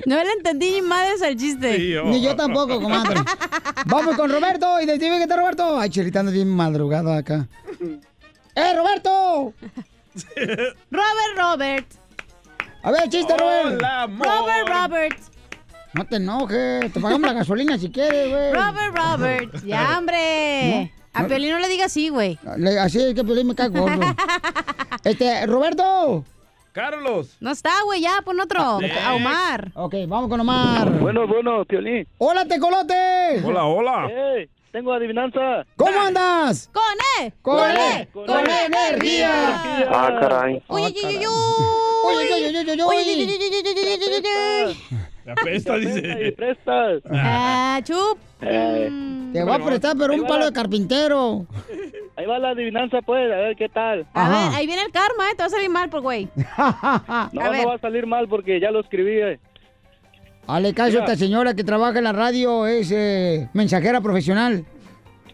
F: No le entendí ni madres al chiste.
B: Ni yo tampoco, comadre. Vamos con Roberto. y que está Roberto. Ay, chelitando bien madrugada acá. ¡Eh, Roberto!
F: Robert, Robert.
B: A ver, ¡Eh, chiste, Robert.
F: Hola, amor. Robert, Robert.
B: No te enojes. Te pagamos la gasolina si quieres, güey.
F: Robert, Robert. Ya, hombre. A Piolín no le diga así, güey.
B: Le- Así es que Piolín me cae gordo. Este, Roberto.
C: Carlos.
F: No está, güey, ya, pon otro. A Omar.
B: Ok, vamos con Omar.
O: Bueno, bueno, Piolín.
B: ¡Hola, Tecolote!
O: Hey, tengo adivinanza.
B: ¿Cómo andas?
F: ¡Con E!
B: ¡Con E! ¡Con E energía!
O: Ah, caray.
F: Oye, yo, yo, yo.
B: Oye, yo, yo, yo, yo.
F: Oye, yo, yo, yo, yo, yo, yo, yo, yo, yo.
C: La pesta, dice.
O: prestas.
F: Ah, chup.
J: Eh.
B: Te voy a prestar, pero un palo de carpintero.
O: Ahí va la adivinanza, pues, a ver qué tal.
F: A ver, ahí viene el karma, ¿eh? Te va a salir mal, por güey.
O: No,
F: a ver.
O: no va a salir mal porque ya lo escribí. eh.
B: Ale, caso a
O: Mira.
B: esta señora que trabaja en la radio, es eh, mensajera profesional.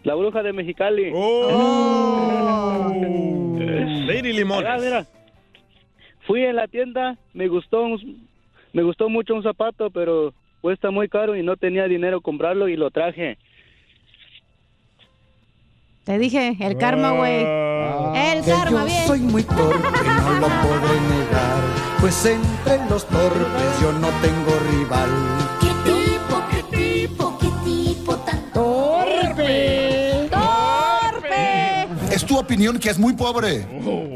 O: La bruja de Mexicali.
C: Lady Limones.
O: Mira, mira. Fui en la tienda, me gustó, un- me gustó mucho un zapato, pero cuesta muy caro y no tenía dinero comprarlo y lo traje.
F: Te dije, el karma, güey.
B: Ah.
F: El karma, bien.
P: Soy muy torpe, no lo puedo negar. Pues entre los torpes yo no tengo rival.
J: ¿Qué tipo, qué tipo, qué tipo tan
B: torpe?
F: ¡Torpe!
G: Es tu opinión que es muy pobre.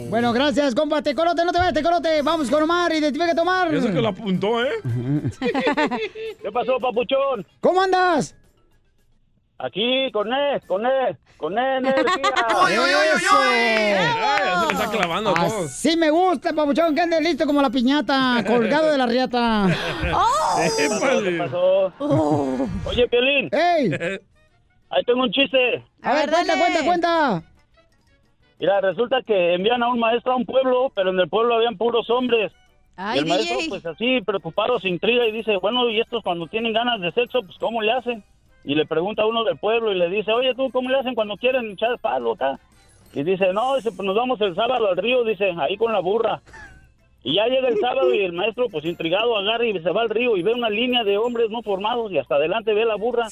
B: Bueno, gracias, compa. Tecolote, no te vayas, Tecolote. Vamos con Omar, identifica a tomar.
C: Eso que lo apuntó, ¿eh?
Q: ¿Qué pasó, papuchón?
B: ¿Cómo andas?
Q: Aquí, con él, con él, con E, él,
C: Ya se le está clavando a todos.
B: Ah, Sí me gusta, papuchón, que andes listo como la piñata, colgado de la riata. Oh.
Q: ¿Qué pasó? ¿Qué pasó? Oye, Piolín.
B: Eh.
Q: Ahí tengo un chiste.
B: A ver, cuenta, cuenta, cuenta.
Q: Mira, resulta que envían a un maestro a un pueblo, pero en el pueblo habían puros hombres.
F: Ay,
Q: y el maestro,
F: DJ.
Q: pues así, preocupado, se intriga y dice, bueno, ¿y estos cuando tienen ganas de sexo, pues cómo le hacen? y le pregunta a uno del pueblo y le dice, oye, ¿tú cómo le hacen cuando quieren echar palo acá? Y dice, no, dice, pues nos vamos el sábado al río, dice, ahí con la burra. Y ya llega el sábado y el maestro, pues intrigado, agarra y se va al río y ve una línea de hombres no formados y hasta adelante ve la burra.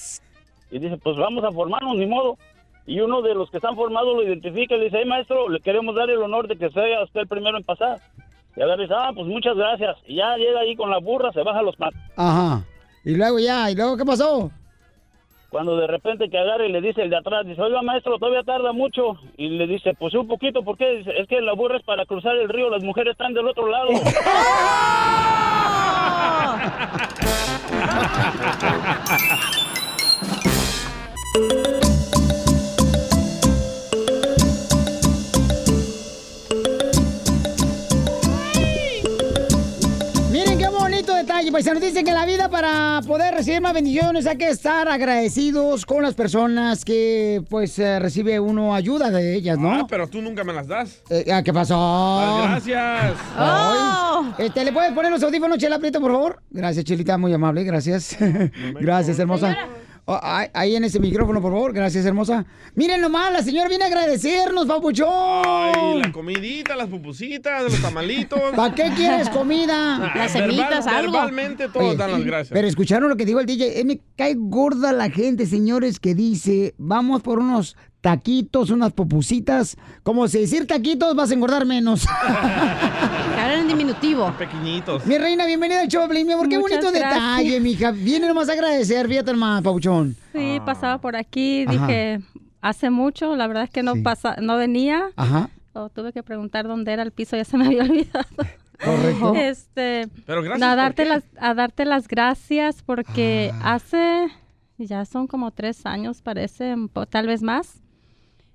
Q: Y dice, pues vamos a formarnos, ni modo. Y uno de los que están formados lo identifica y le dice, hey maestro, le queremos dar el honor de que sea usted el primero en pasar. Y agarra y dice, ah, pues muchas gracias. Y ya llega ahí con la burra, se baja los patos.
B: Ajá. Y luego ya, ¿y luego qué pasó?
Q: Cuando de repente que agarra y le dice el de atrás, dice, oiga maestro, todavía tarda mucho. Y le dice, pues un poquito, porque es que la burra es para cruzar el río, las mujeres están del otro lado.
B: Miren qué bonito detalle, paisanos. Dicen que en la vida para poder recibir más bendiciones hay que estar agradecidos con las personas que pues eh, recibe uno ayuda de ellas,
C: Ah,
B: ¿no?
C: pero tú nunca me las das.
B: Eh, ah, ¿Qué pasó?
C: Las gracias.
B: Ay. Este, ¿Le puedes poner los audífonos, Chela Prieto, por favor? Gracias, Chelita, muy amable, gracias. gracias, hermosa. Oh, ahí- ahí en ese micrófono, por favor, gracias, hermosa. Miren nomás, la señora viene a agradecernos, papuchón.
C: Ay, la comidita, las pupusitas, los tamalitos.
B: Oh. ¿Para qué quieres comida?
C: Ah, Las verbal- semitas, algo. verbalmente todos dan las gracias.
B: Pero escucharon lo que dijo el DJ. Eh, me cae gorda la gente, señores, que dice, vamos por unos taquitos, unas popusitas. Como si decir taquitos vas a engordar menos.
F: Ahora en diminutivo.
C: Pequeñitos.
B: mi reina, bienvenida al show, Piolín, mi amor. Qué
R: Muchas
B: bonito
R: gracias.
B: detalle, mija. Viene nomás a agradecer, fíjate nomás, Pauchón.
R: Sí, pasaba por aquí,
B: Ajá.
R: dije, hace mucho, la verdad es que no pasa, no venía.
J: Ah.
B: Ajá.
R: O tuve que preguntar dónde era el piso, ya se me había olvidado.
B: Correcto.
R: Este,
C: Pero gracias,
R: a
C: ¿por
R: darte
C: qué?
R: las a darte las gracias porque
B: Ah.
R: hace ya son como tres años parece, un po- tal vez más.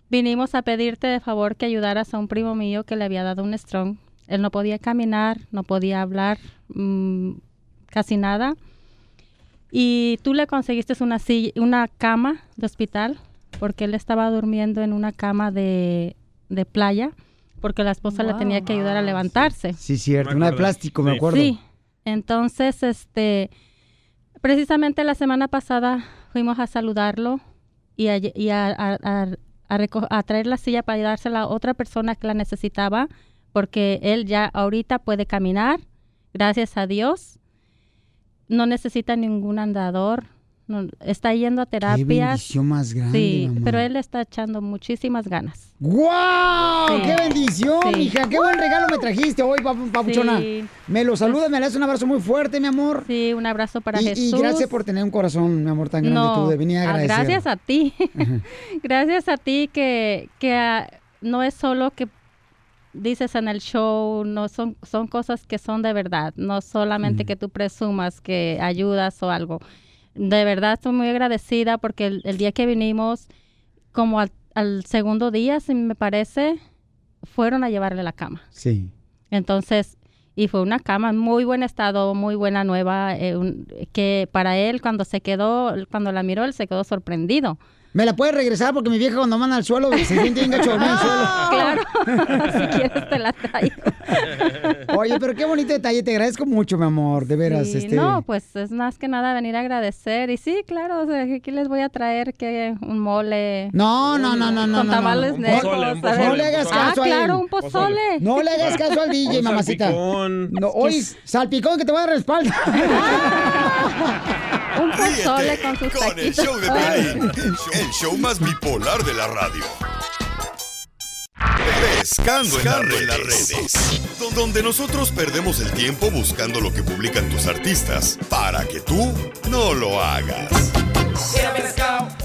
R: Vinimos a pedirte de favor que ayudaras a un primo mío que le había dado un strong. Él no podía caminar, no podía hablar, mm, casi nada. Y tú le conseguiste una silla, una cama de hospital, porque él estaba durmiendo en una cama de, de playa, porque la esposa le tenía que ayudar a levantarse.
B: Sí, cierto, una de plástico, me acuerdo.
R: Sí. Entonces, este, precisamente la semana pasada fuimos a saludarlo y a, y a- a- a- a reco- a traer la silla para dársela a otra persona que la necesitaba, porque él ya ahorita puede caminar, gracias a Dios. No necesita ningún andador, no- está yendo a terapias.
B: bendición más grande,
R: Sí,
B: mamá.
R: pero él le está echando muchísimas ganas.
B: ¡Guau!
R: Sí.
B: ¡Qué bendición,
R: Sí.
B: mija! ¡Qué buen regalo me trajiste hoy, papu- papuchona!
R: Sí.
B: Me lo saludas, me le das un abrazo muy fuerte, mi amor.
R: Sí, un abrazo para
B: y,
R: Jesús.
B: Y gracias por tener un corazón, mi amor, tan grande tú, de venir a
R: ah,
B: agradecer.
R: Gracias a ti. gracias a ti que, que ah, no es solo que dices en el show, no son, son cosas que son de verdad, no solamente que tú presumas que ayudas o algo. De verdad estoy muy agradecida porque el, el día que vinimos, como al, al segundo día, si me parece, fueron a llevarle la cama.
B: Sí.
R: Entonces, y fue una cama en muy buen estado, muy buena nueva, eh, un- que para él cuando se quedó, cuando la miró, él se quedó sorprendido.
B: ¿Me la puedes regresar? Porque mi vieja cuando manda al suelo se siente bien gacho dormir en el suelo.
R: Claro, si quieres te la traigo.
B: Oye, pero qué bonito detalle. Te agradezco mucho, mi amor, de veras.
R: Sí,
B: este...
R: No, pues es más que nada venir a agradecer. Y sí, claro, o sea, aquí les voy a traer que un mole.
B: No, no, no, no, no.
R: Con
B: no,
R: tamales
B: no,
R: negros.
B: No,
R: a ver.
B: no le hagas caso
R: Ah,
B: a él.
R: claro, un pozole.
B: No le hagas caso al DJ, mamacita. No, hoy salpicón que te va a dar la espalda.
R: Un
G: pozole
R: con sus
G: Con el show de Piolín, el show- el show más bipolar de la radio. Pescando en las redes. Donde nosotros perdemos el tiempo buscando lo que publican tus artistas para que tú no lo hagas.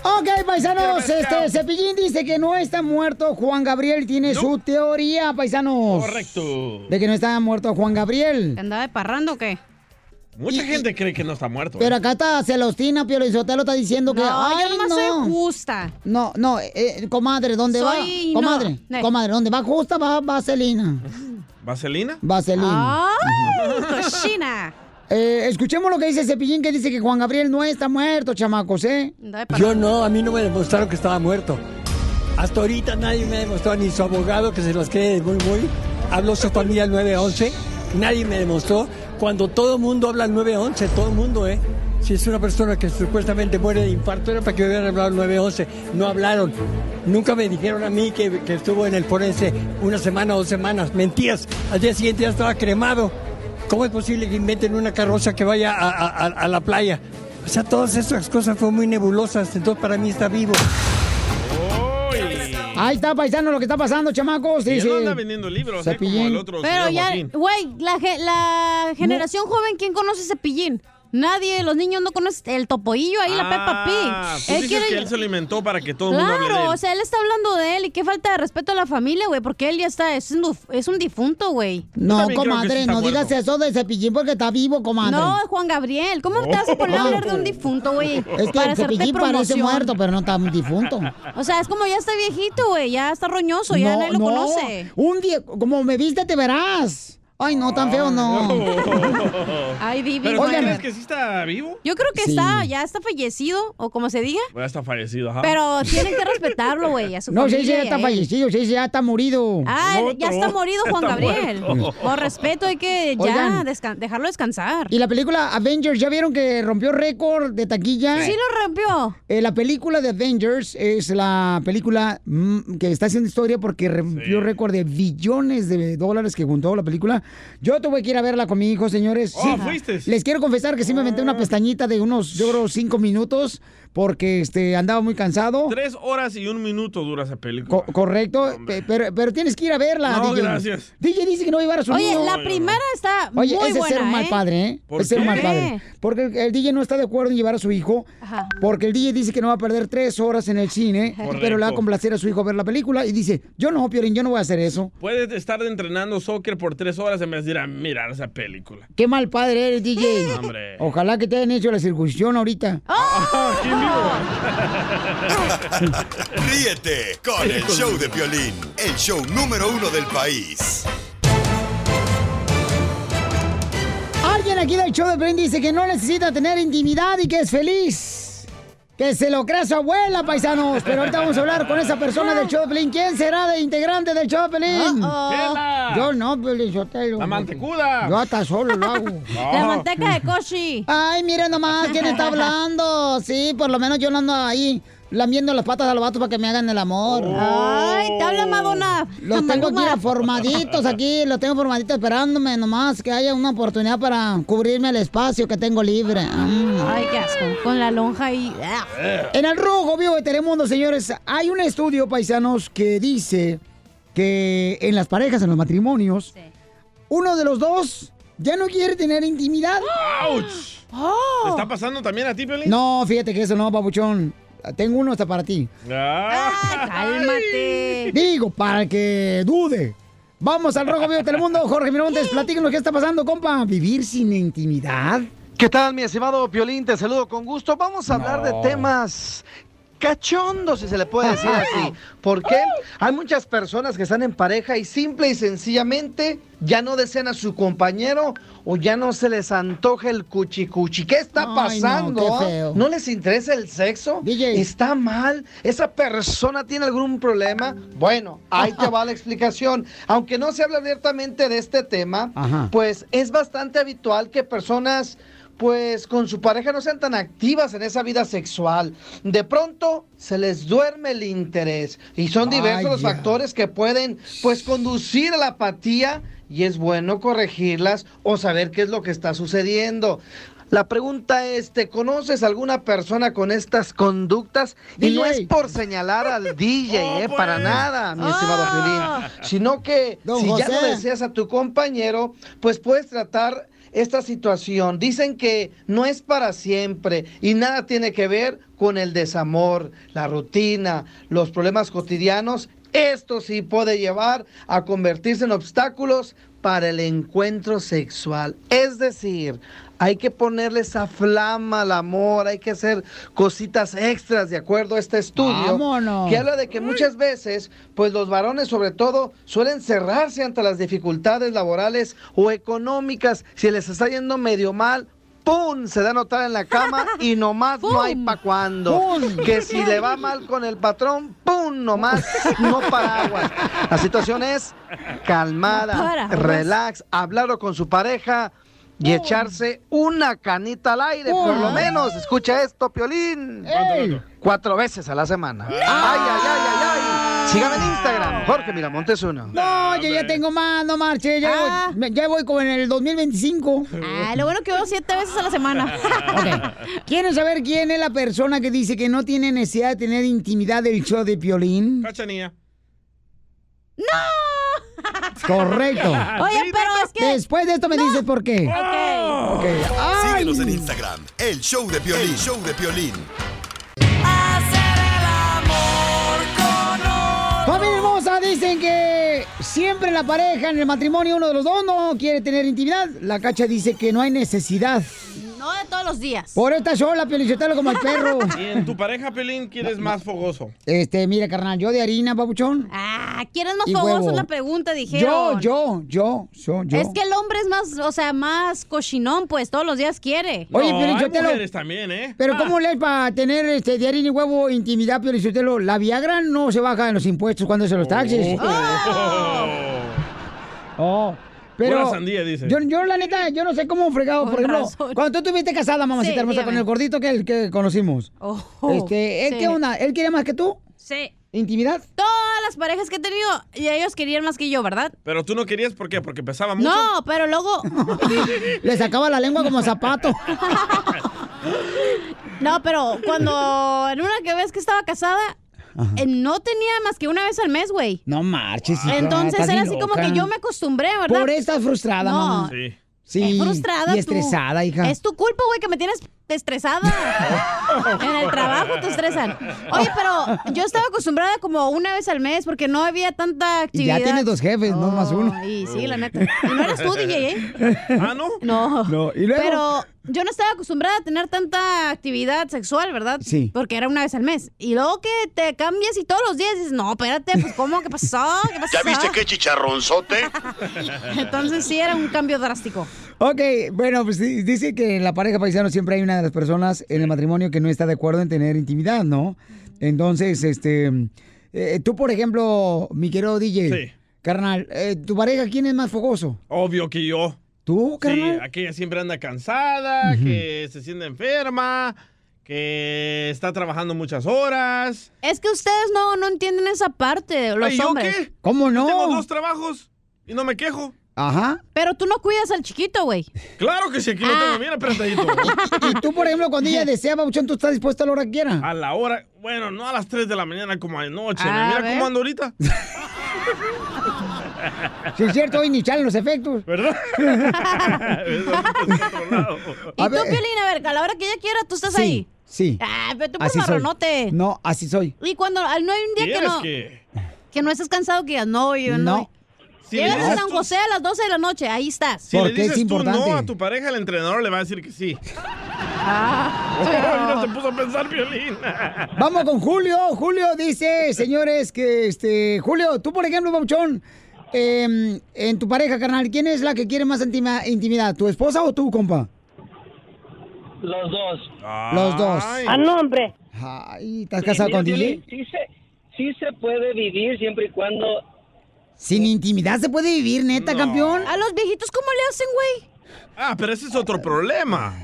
B: Ok, paisanos, este Cepillín dice que no está muerto Juan Gabriel. Tiene su teoría, paisanos.
C: Correcto.
B: De que no está muerto Juan Gabriel.
F: ¿Andaba de parrando o qué?
C: Mucha gente cree que no está muerto. ¿eh?
B: Pero acá está Celostina Piolizotelo está diciendo que.
F: No,
B: Ay,
F: yo nomás
B: no.
F: soy justa.
B: No, no, eh, comadre, ¿dónde
F: Soy-
B: va?
F: no.
B: Comadre,
F: Eh.
B: comadre, ¿dónde va justa? Va Vaselina.
C: ¿Vaselina? Ah,
B: Vaselina.
F: ¡Ay, cochina!
B: Eh, escuchemos lo que dice Cepillín, que dice que Juan Gabriel no está muerto, chamacos, ¿eh?
S: Yo no, a mí no me demostraron que estaba muerto. Hasta ahorita nadie me demostró, ni su abogado que se las cree de muy muy. Habló su familia al 911, nadie me demostró. Cuando todo el mundo habla al 911, todo el mundo, ¿eh? Si es una persona que supuestamente muere de infarto, era para que hubieran hablado el 911. No hablaron. Nunca me dijeron a mí que, que estuvo en el forense una semana o dos semanas. Mentiras. Al día siguiente ya estaba cremado. ¿Cómo es posible que inventen una carroza que vaya a, a- a- a la playa? O sea, todas esas cosas fueron muy nebulosas. Entonces, para mí está vivo.
B: Ahí está, paisano, lo que está pasando, chamacos.
C: Y él
B: Dice,
C: no anda vendiendo libros, eh, como
B: Cepillín.
C: el otro.
F: Pero
C: señor
F: ya,
C: Joaquín.
F: güey, la, ge- la generación joven, ¿quién conoce Cepillín? Nadie, los niños no conocen el topoillo ahí, la Peppa
C: Ah,
F: Pig.
C: tú
F: Él
C: dices
F: quiere-
C: que él se lo inventó para que todo el mundo hable de
F: Claro,
C: él.
F: o sea, él está hablando de él y qué falta de respeto a la familia, güey, porque él ya está, es un, duf- es un difunto, güey.
B: No, comadre, no digas eso de cepillín porque está vivo, comadre. Oh.
F: No, Juan Gabriel, ¿cómo te vas a poner a hablar de un difunto, güey?
B: Es que
F: para
B: el
F: hacerte
B: cepillín parece
F: promoción?
B: muerto, pero no está difunto.
F: O sea, es como ya está viejito, güey, ya está roñoso, ya nadie lo conoce.
B: Un día, como me viste, te verás. Ay, no, tan feo,
C: Ah,
B: no.
F: Ay, Divi.
C: ¿Pero tú
F: Oigan.
C: crees que sí está vivo?
F: Yo creo que
C: Sí.
F: está, ya está fallecido, o como se diga,
C: Bueno, está fallecido, ajá.
F: pero tienen que respetarlo, güey, a su
B: No, se
F: familia. ¿eh?
B: dice ya
F: y a
B: está
F: él.
B: fallecido, se dice ya está morido.
F: Ah, ya está morido Juan
B: Está
F: Gabriel.
B: muerto.
F: Por respeto hay que ya
B: Oigan.
F: desca- dejarlo descansar.
B: Y la película Avengers, ¿ya vieron que rompió récord de taquilla? Eh,
F: Sí, lo rompió.
B: la película de Avengers es la película mm, que está haciendo historia porque rompió récord de billones de dólares que juntó la película. Yo tuve que ir a verla con mi hijo, señores.
C: Oh, fuiste. Ah.
B: Les quiero confesar que sí me aventé una pestañita de unos, yo creo, cinco minutos porque este, andaba muy cansado.
C: Tres horas y un minuto dura esa película.
B: Co- correcto, pe- pero, pero tienes que ir a verla.
C: No,
B: DJ.
C: gracias.
B: DJ dice que no va a llevar a su
F: Oye,
B: niño.
F: la primera está
B: Oye,
F: muy
B: ese es
F: buena,
B: ser un mal
F: ¿eh?
B: padre, ¿eh?
F: ¿Por
B: es ser un mal
F: qué?
B: padre. Porque el, el DJ no está de acuerdo en llevar a su hijo.
F: Ajá.
B: Porque el DJ dice que no va a perder tres horas en el cine,
C: Correcto.
B: pero le va a complacer a su hijo a ver la película. Y dice, yo no, Piorín, yo no voy a hacer eso.
C: Puedes estar entrenando soccer por tres horas en vez de ir a mirar esa película.
B: Qué mal padre eres, DJ.
C: Hombre.
B: Ojalá que te hayan hecho la circuncisión ahorita.
F: ¡Ah!
G: Ríete con el show de Piolín, el show número uno del país.
B: Alguien aquí del show de Piolín dice que no necesita tener intimidad y que es feliz. Que se lo crea su abuela, paisanos. Pero ahorita vamos a hablar con esa persona del show de Piolín. ¿Quién será de integrante del show de Piolín?
F: Uh-oh. Chela.
B: Yo no, Piolín Sotelo.
F: La mantecuda.
B: Yo hasta solo lo hago.
F: La manteca de Koshi.
B: Ah. Ay, miren nomás quién está hablando. Sí, por lo menos yo no ando ahí lamiendo las patas al vato para que me hagan el amor.
F: Ay, te habla Madonna.
B: Los tengo aquí formaditos aquí, los tengo formaditos esperándome nomás que haya una oportunidad para cubrirme el espacio que tengo libre. Mm.
F: Ay, qué asco. Con la lonja y... ah.
B: En el rojo vivo de Telemundo, señores, hay un estudio, paisanos, que dice que en las parejas, en los matrimonios, uno de los dos ya no quiere tener intimidad.
C: ¡Auch! ¿Te
F: ¡Ah!
C: está pasando también a ti, Piolín?
B: No, fíjate que eso no, papuchón. Tengo uno hasta para ti.
C: Ah.
F: Cálmate.
B: Digo, para que dude. Vamos al Rojo Vivo de Telemundo. Jorge Miramontes, platíquenos qué está pasando, compa. Vivir sin intimidad.
D: ¿Qué tal, mi estimado Piolín? Te saludo con gusto. Vamos a hablar de temas cachondos, si se le puede decir así. ¿Por qué? Hay muchas personas que están en pareja y simple y sencillamente ya no desean a su compañero o ya no se les antoja el cuchi cuchi. ¿Qué está
B: Ay, no,
D: pasando?
B: qué
D: ah?
B: feo.
D: ¿No les interesa el sexo? ¿Está mal? ¿Esa persona tiene algún problema? Bueno, ahí te va la explicación. Aunque no se habla abiertamente de este tema,
B: Ajá.
D: pues es bastante habitual que personas pues con su pareja no sean tan activas en esa vida sexual. De pronto se les duerme el interés y son diversos los
B: Vaya.
D: factores que pueden pues conducir a la apatía y es bueno corregirlas o saber qué es lo que está sucediendo. La pregunta es, ¿te conoces alguna persona con estas conductas? Y no es por señalar al DJ, eh, para nada, mi estimado Piolín, sino que
B: Don
D: si ya no
B: José.
D: deseas a tu compañero, pues puedes tratar esta situación. Dicen que no es para siempre y nada tiene que ver con el desamor, la rutina, los problemas cotidianos. Esto sí puede llevar a convertirse en obstáculos para el encuentro sexual. Es decir, hay que ponerle esa flama al amor, hay que hacer cositas extras de acuerdo a este estudio
B: Vámonos.
D: que habla de que muchas veces, pues los varones sobre todo suelen cerrarse ante las dificultades laborales o económicas. Si les está yendo medio mal, ¡pum! Se da a notar en la cama y nomás no hay pa' cuando.
B: ¡Pum!
D: Que si le va mal con el patrón, ¡pum! Nomás no paraguas. La situación es calmada,
B: No paraguas.
D: relax, hablarlo con su pareja. y echarse una canita al aire, por lo menos. Escucha esto, Piolín. Cuatro veces a la semana. Ay, ay, ay, ay, ay. Sígame en Instagram, Jorge Miramontes uno.
B: No, yo ya tengo más, no marche. Ya, voy- me- ya voy como en el 2025.
F: Ah, lo bueno que veo siete veces a la semana.
B: ¿Quieren saber quién es la persona que dice que no tiene necesidad de tener intimidad del show de Piolín?
C: Cachanía.
B: Correcto.
C: Oye,
F: pero es
B: que... Después de esto me dices por qué. Ok.
G: Síguenos en Instagram, el show de Piolín. El show de Piolín.
B: Familia hermosa, dicen que siempre la pareja en el matrimonio, uno de los dos no quiere tener intimidad. La cacha dice que no hay necesidad.
F: No de todos los días.
B: Por esta sola, Piolichotelo, como el perro.
C: Y en tu pareja, Piolín, quieres más fogoso.
B: Este, mira, carnal, yo de harina, papuchón.
F: Ah, ¿quieres más
B: Y
F: fogoso?
B: huevo.
F: Es la pregunta,
B: Yo,
F: dijeron.
B: yo, yo, yo, yo.
F: Es que el hombre es más, o sea, más cochinón, pues todos los días quiere.
B: Oye, Piolín,
C: hay
B: yo te lo-
C: mujeres también, ¿eh?
B: Pero ¿cómo lees para tener este, de harina y huevo intimidad, Piolichotelo? La Viagra no se baja en los impuestos cuando se los taxis.
C: Oh.
B: Oh, pero
C: Pura sandía, dice.
B: Yo, yo, la neta, yo no sé cómo fregado.
C: Con
B: por ejemplo,
C: razón.
B: cuando tú estuviste casada, mamacita
F: Sí,
B: hermosa,
F: dígame.
B: con el gordito que, el que conocimos.
F: Ojo.
B: este, ¿él
F: Oh, Sí.
B: qué onda? ¿Él quería más que tú?
F: Sí.
B: ¿Intimidad?
F: Todas las parejas que he tenido, y ellos querían más que yo, ¿verdad?
C: Pero tú no querías, ¿por qué? Porque pesaba mucho.
F: No, pero luego.
B: Le sacaba la lengua como zapato.
F: No, pero cuando. En una que ves que estaba casada, eh, no tenía más que una vez al mes, güey.
B: No marches. hija,
F: Entonces
B: estás
F: era
B: bien
F: así como
B: loca.
F: que yo me acostumbré, ¿verdad?
B: Por eso estás frustrada,
F: No, Eh,
B: mamá.
C: Sí.
B: Sí,
F: Frustrada.
B: y
F: tú.
B: estresada, hija.
F: Es tu culpa, güey, que me tienes estresada. en el trabajo te estresan. Oye, pero yo estaba acostumbrada como una vez al mes porque no había tanta
B: Y
F: actividad.
B: ya tienes dos jefes, no
C: Oh.
B: más uno.
F: Y sí, la neta. Y no eras tú, DJ, ¿eh?
C: ¿Ah, no?
F: No.
B: No, y luego...
F: Pero yo no estaba acostumbrada a tener tanta actividad sexual, ¿verdad?
B: Sí.
F: Porque era una vez al mes. Y luego que te cambias y todos los días dices, no, espérate, pues ¿cómo? ¿Qué pasó? ¿Qué pasó?
G: ¿Ya viste qué chicharronzote?
F: Entonces sí era un cambio drástico.
B: Ok, bueno, pues di- dice que en la pareja paisano siempre hay una de las personas en el matrimonio que no está de acuerdo en tener intimidad, ¿no? Entonces, este, eh, tú, por ejemplo, mi querido DJ,
C: Sí.
B: carnal, eh, ¿tu pareja quién es más fogoso?
C: Obvio que yo.
B: ¿Tú,
C: Sí,
B: carnal?
C: aquella siempre anda cansada,
B: Ujú.
C: que se siente enferma, que está trabajando muchas horas.
F: Es que ustedes no, no entienden esa parte, los
C: Ay, ¿yo
F: hombres.
C: qué?
B: ¿Cómo no?
C: Tengo dos trabajos y no me quejo.
B: Ajá.
F: Pero tú no cuidas al chiquito, güey.
C: Claro que sí, aquí lo tengo
F: Ah.
C: bien apretadito.
B: Y tú, por ejemplo, cuando ella desea, Babuchón, tú estás dispuesto a la hora que quiera.
C: A la hora, bueno, no a las 3 de la mañana como anoche.
B: Ah,
C: Mira
B: ¿ves?
C: cómo ando ahorita.
B: Si es cierto, hoy ni chalen los efectos.
C: ¿Verdad?
F: Y tú, Piolín, a ver, a la hora que ella quiera, tú estás
B: sí,
F: ahí.
B: Sí.
F: Ah, pero tú por
B: así
F: marronote.
B: soy. No, así soy.
F: Y cuando ah, no hay un día que
B: ¿Quieres
F: no,
C: que?
F: que no estés cansado, que digas, no, yo no.
B: No.
C: Si
F: Llegas
C: le
F: a
C: dices
F: San
C: tú-
F: José a las 12 de la noche, ahí estás.
C: Si le dices tú no a tu pareja, el entrenador le va a decir que sí.
F: Ah,
C: Ay,
F: pero-
C: no se puso a pensar, Piolín.
B: Vamos con Julio. Julio dice, señores, que este. Julio, tú, por ejemplo, Babuchón, em, en tu pareja, carnal, ¿quién es la que quiere más intima- intimidad? ¿Tu esposa o tú, compa?
N: Los dos.
B: Los dos.
N: Ah, no, hombre.
B: Ay, ¿estás casado con DJ?
N: Sí se, sí se puede vivir siempre y cuando...
B: Sin intimidad se puede vivir, neta, campeón.
F: A los viejitos, ¿cómo le hacen, güey?
C: Ah, pero ese es otro problema.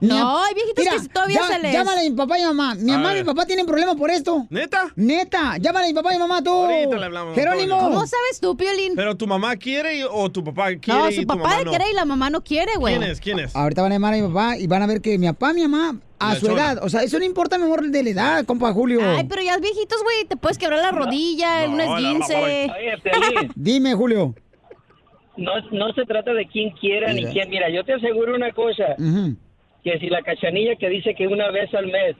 F: No, hay viejitos que todavía
B: ya-
F: se les-
B: Llámale a mi papá y a mi mamá. Mi
C: A
B: mamá y mi
C: ver.
B: papá tienen problemas por esto.
C: ¿Neta?
B: Neta. Llámale a mi papá y mamá tú.
C: Ahorita le hablamos,
B: Jerónimo.
C: Antonio.
F: ¿Cómo sabes tú, Piolín?
C: Pero tu mamá quiere y- o tu papá quiere
F: No,
C: y
F: su
C: tu
F: papá
C: mamá
F: le
C: no.
F: quiere y la mamá no quiere, güey.
C: ¿Quién es? ¿Quién es?
B: Ahorita van a llamar a mi papá y van a ver que mi papá, mi mamá, a
C: La
B: su
C: chona.
B: edad. O sea, eso no importa, mi amor, de la edad, compa Julio.
F: Ay, pero ya viejitos, güey, te puedes quebrar la rodilla, un esguince.
N: Oye, Piolín,
B: Dime, Julio.
N: no, no se trata de quién quiera ni
B: Mira.
N: quién... Mira, yo te aseguro una cosa.
B: Ujú.
N: que si la cachanilla que dice que una vez al mes,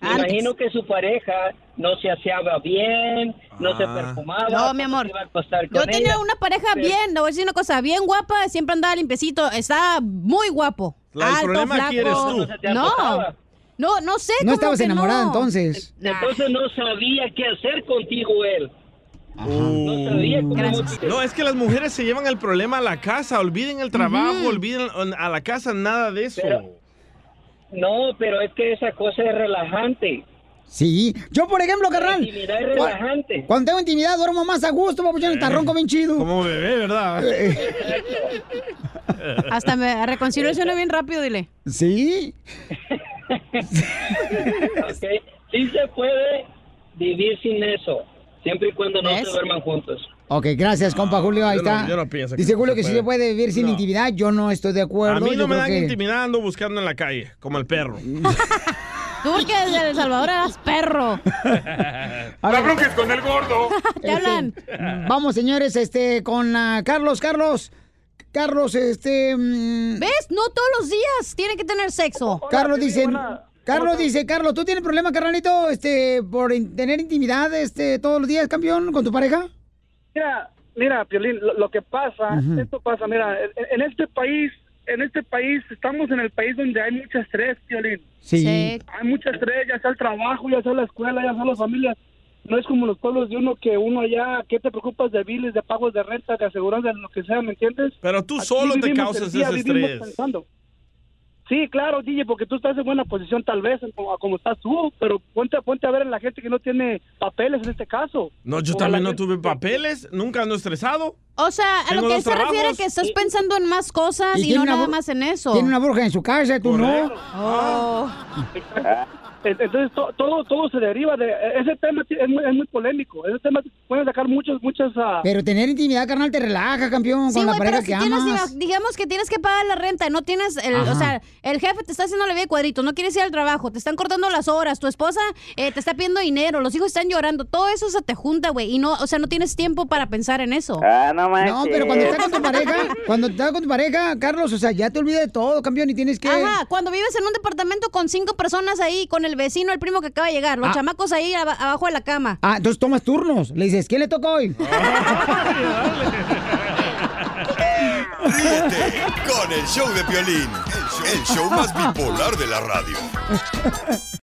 N: me
F: Antes.
N: imagino que su pareja no se aseaba bien, no se
F: Ah.
N: perfumaba.
F: No,
N: mi amor.
F: Yo tenía una pareja bien, le voy a decir una cosa, bien guapa, siempre andaba limpiecito, estaba muy guapo.
N: La- el
F: alto,
N: problema
F: flaco.
N: aquí eres tú. No se te
F: No,
N: antojaba.
F: no, no sé.
B: No
F: ¿cómo
B: estabas
F: que
B: enamorada
F: no?
B: entonces.
N: Entonces no sabía qué hacer contigo él. No sabía cómo te-
C: No, es que las mujeres se llevan el problema a la casa, olviden el trabajo, olviden a la casa, nada de eso.
N: No, pero es que esa cosa es relajante.
B: Sí. Yo, por ejemplo, carnal.
N: intimidad es
B: cua-
N: relajante.
B: Cuando tengo
C: Eh,
B: intimidad, duermo más a gusto, papuchón, y te ronco bien chido.
C: Como bebé, ¿verdad?
B: Eh, eh.
F: Hasta me reconcilio suena bien rápido, dile.
B: ¿Sí?
N: Ok, Sí se puede vivir sin eso, siempre y cuando no se duerman juntos.
B: Ok, gracias, compa Julio. Ahí
N: yo no-
B: está.
N: yo no pienso que
B: Dice
N: se
B: Julio que sí
N: puede.
B: se puede vivir sin intimidad. Yo no estoy de acuerdo.
C: A mí no
B: Yo
C: me
B: creo
C: dan
B: que-
C: intimidando buscando en la calle, como el perro.
F: Tú porque desde El Salvador eras perro.
B: ver. No
C: bronques con el gordo.
F: Te hablan.
B: Vamos, señores, este, con ah, Carlos, Carlos. Carlos, este. mm,
F: ¿Ves? No todos los días tiene que tener sexo.
B: Carlos dice. Carlos dice, Carlos, ¿tú tienes problema, carnalito, este, por in- tener intimidad, este, todos los días, campeón, con tu pareja?
T: Mira, mira, Piolín, lo, lo que pasa, esto pasa, mira, en, en este país, en este país, estamos en el país donde hay mucho estrés, Piolín.
B: Sí. Sí.
T: Hay mucho estrés, ya sea el trabajo, ya sea la escuela, ya sea la familia. No es como los pueblos de uno que uno allá, ¿qué te preocupas de biles, de pagos de renta, de aseguranza, de lo que sea, ¿me entiendes?
C: Pero tú
T: Aquí
C: solo te
T: vivimos el
C: causas
T: día,
C: ese
T: vivimos
C: estrés.
T: pensando. Sí, claro, DJ, porque tú estás en buena posición tal vez, en como, a como estás tú, pero ponte, ponte a ver en la gente que no tiene papeles en este caso.
C: No, yo
T: O a la
C: también no
T: gente-
C: tuve papeles, nunca ando estresado.
F: O sea, a lo
C: Tengo
F: que él se
C: dos
F: refiere
C: trabajos.
F: que estás pensando en más cosas y,
B: tiene
F: no
B: una
F: nada
B: bru-
F: más en eso.
B: Tiene una bruja en su casa, tú no.
F: Oh.
T: Ah. En- Entonces to- todo todo se deriva de e- ese tema ti- es muy, es muy polémico, ese tema puede sacar muchos muchas ah,
B: Pero tener intimidad, carnal, te relaja, campeón,
F: Sí,
B: con la
F: güey, pero
B: pareja
F: si
B: que
F: tienes,
B: amas.
F: diga- digamos que tienes que pagar la renta, no tienes, el,
B: Ajá.
F: o sea, el jefe te está haciendo la vida de cuadrito, no quieres ir al trabajo, te están cortando las horas, tu esposa eh, te está pidiendo dinero, los hijos están llorando, todo eso se te junta, güey, y no, o sea, no tienes tiempo para pensar en eso.
B: Ah, no No, pero cuando estás con tu pareja, cuando estás con tu pareja, Carlos, o sea, ya te olvidas de todo, campeón, y tienes que...
F: Ajá, cuando vives en un departamento con cinco personas ahí, con el vecino, el primo que acaba de llegar, los
B: Ah.
F: chamacos ahí aba- abajo de la cama.
B: Ah, entonces tomas turnos. Le dices, ¿quién le toca hoy?
G: Ríete con el show de Piolín, el show más bipolar de la radio.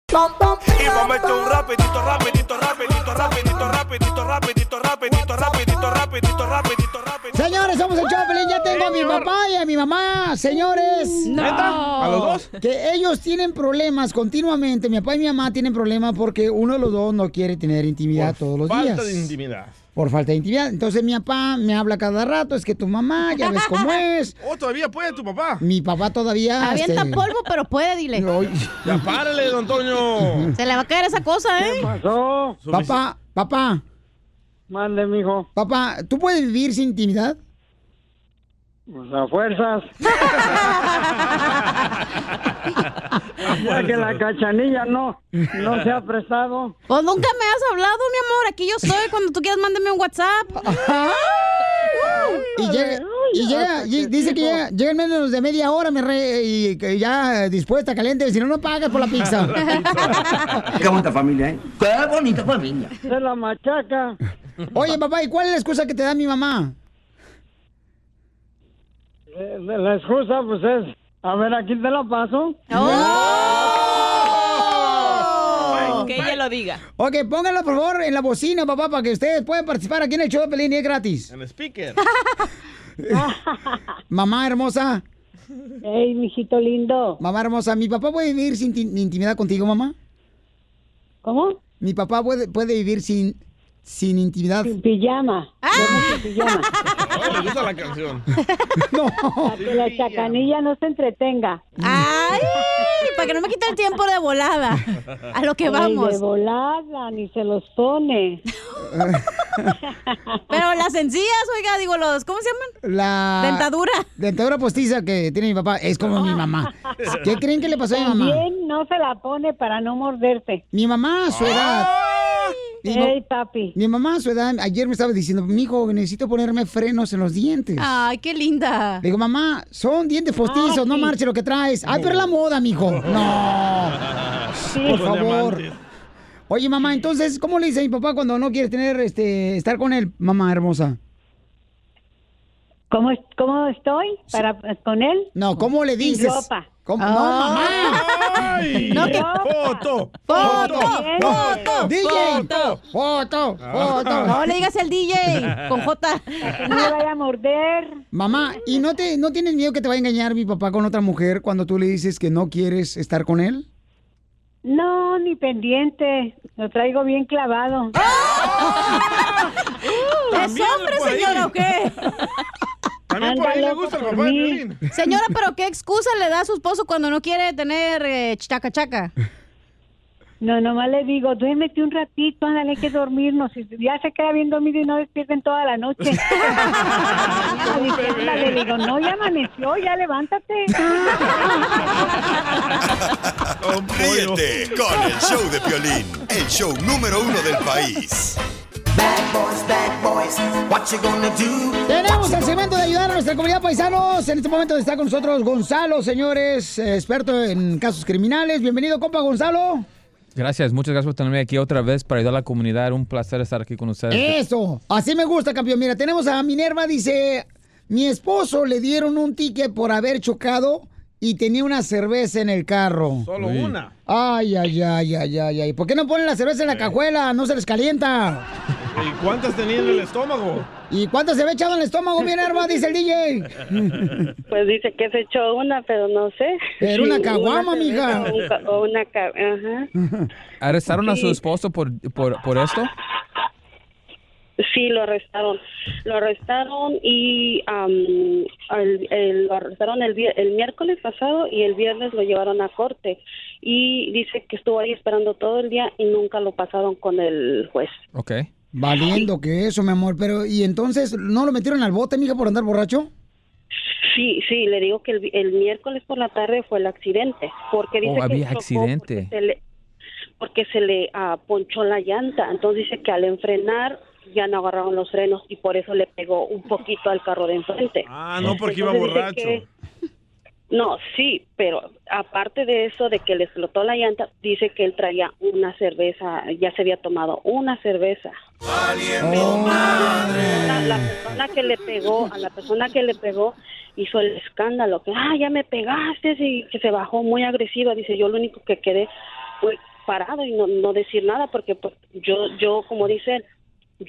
U: Y vamos a meter un rapidito, rapidito, rapidito, rapidito, rapidito, rapidito, rapidito, rapidito, rapidito, rapidito.
B: Señores, somos el Choplin. Ya tengo a mi papá y a mi mamá, señores.
C: Uh,
U: No. ¿Neta? ¿A los dos?
B: Que ellos tienen problemas continuamente. Mi papá y mi mamá tienen problemas porque uno de los dos no quiere tener intimidad todos los días.
C: Falta de intimidad.
B: Por falta de intimidad. Entonces mi papá me habla cada rato. Es que tu mamá, ya ves cómo es.
C: Oh, todavía puede tu papá.
B: Mi papá todavía.
F: Avienta
B: este,
F: polvo, pero puede, dile.
C: Ya párale, don Toño.
F: Se le va a caer esa cosa, ¿eh?
T: pasó?
C: Pues
B: Papá, papá.
T: Mande, mijo.
B: Papá, ¿tú puedes vivir sin intimidad?
T: pues, a fuerzas.
B: Ah,
T: ya que la cachanilla no no se ha prestado.
F: Pues nunca me has hablado, mi amor. Aquí yo estoy. Cuando tú quieras, mándame un WhatsApp.
B: Y llega, y llega- y dice que llega, llega en menos de media hora mi rey, y que ya eh, dispuesta, caliente, si no, no pagas por la pizza.
V: Qué bonita familia, ¿eh? Qué bonita familia.
T: Se la machaca.
B: Oye, papá, ¿y cuál es la excusa que te da mi mamá?
T: Eh, La excusa pues es, a ver, aquí te la paso.
F: Oh.
W: Que ella lo diga.
B: Ok, pónganla por favor en la bocina, papá, para que ustedes puedan participar aquí en el show de Pelín y es gratis.
C: En el speaker.
B: Mamá hermosa. Hey, mijito lindo. Mamá hermosa, ¿mi papá puede vivir sin ti- intimidad contigo, mamá? ¿Cómo? Mi papá puede, puede vivir sin, sin intimidad. Ah. Sin pijama.
F: Ah.
C: Oh, me gusta la canción.
B: Para
W: que la chacanilla no se entretenga.
F: ¡Ay! Para que no me quite el tiempo de volada. A lo que
W: Ni de
F: vamos.
W: volada, ni se los pone.
F: Pero las encías, oiga, digo, los, ¿cómo se llaman?
B: La
F: Dentadura.
B: Ah. Dentadura postiza que tiene mi papá es como mi mamá. ¿Qué creen que le pasó a mi mamá?
W: También no se la pone para no Ah. morderte.
B: Mi mamá a su edad. Mi ma-
W: Ey, papi.
B: Mi mamá a su edad ayer me estaba diciendo, mijo, necesito ponerme frenos en los dientes.
F: Ay, qué linda.
B: Le digo, mamá, son dientes postizos,
F: Ah,
B: no marche lo que traes. Ay, pero es la moda, mijo. No. Por favor. Oye, mamá, entonces, ¿cómo le dice a mi papá cuando no quiere tener, este, estar con él, mamá hermosa?
W: ¿Cómo, cómo estoy para con él?
B: No, ¿cómo le
W: Sin
B: dices?
W: ropa.
B: ¿Cómo? No, mamá.
W: Ay. No, que-
C: ¡Foto!
W: ¡Foto!
B: ¡Foto!
W: ¡DJ!
B: ¡Foto! ¡Foto!
W: ¡Foto!
F: Oh, No le digas el DJ con J.
W: No me vaya a morder.
B: Mamá, ¿y no te no tienes miedo que te va a engañar mi papá con otra mujer cuando tú le dices que no quieres estar con él?
W: No, ni pendiente. Lo traigo bien clavado.
F: Ah. ¿Es hombre, señora, o qué?
C: También por ahí le gusta el papá de Piolín.
F: Señora, pero ¿qué excusa le da a su esposo cuando no quiere tener eh, chaca chaca?
W: No, nomás le digo, duérmete un ratito, ándale, hay que dormirnos. Y ya se queda bien dormido y no despierten toda la noche. Mañana despierta, le digo, no, ya amaneció, ya levántate.
G: Ríete con el show de Piolín, el show número uno del país.
B: Tenemos el segmento de ayudar a nuestra comunidad paisanos. En este momento está con nosotros Gonzalo, señores, eh, experto en casos criminales. Bienvenido, compa Gonzalo.
A: Gracias, muchas gracias por tenerme aquí otra vez para ayudar a la comunidad. Un placer estar aquí con ustedes.
E: Eh.
B: Eso, así me gusta, campeón. Mira, tenemos a Minerva, dice, mi esposo le dieron un ticket por haber chocado y tenía una cerveza en el carro.
C: Solo Uy. una.
B: Ay, ay, ay, ay, ay, ay. ¿Por qué no ponen la cerveza en la cajuela? No se les calienta.
C: ¿Y cuántas tenía en el estómago?
B: ¿Y cuántas se ve echado en el estómago, Minerva? Dice el DJ.
E: Pues dice que se echó una, pero no sé.
B: Pero una caguama,
E: mija.
B: mija.
E: O un ca- O una ca- ajá.
A: ¿Arrestaron a su esposo por, por, por esto?
E: Sí, lo arrestaron. Lo arrestaron y am, al- el- lo arrestaron el, vier- el miércoles pasado y el viernes lo llevaron a corte. Y dice que estuvo ahí esperando todo el día y nunca lo pasaron con el juez.
A: Ok.
B: Valiendo que eso, mi amor. Pero, ¿y entonces no lo metieron al bote, mija, por andar borracho?
E: Sí, sí, le digo que el, vi- el miércoles por la tarde fue el accidente. Porque dice
A: Oh,
E: que
A: había
E: chocó
A: accidente.
E: se le- porque se le ah, ponchó la llanta. Entonces dice que al enfrenar ya no agarraron los frenos y por eso le pegó un poquito al carro de enfrente.
C: Ah, no, porque iba
E: Entonces,
C: borracho.
E: dice que- no, sí, pero aparte de eso, de que le explotó la llanta, dice que él traía una cerveza, ya se había tomado una cerveza. La, la persona que le pegó, a la persona que le pegó, hizo el escándalo, que, ah, ya me pegaste, y que se bajó muy agresiva. Dice, yo lo único que quedé fue parado y no, no decir nada, porque pues, yo, yo, como dice él,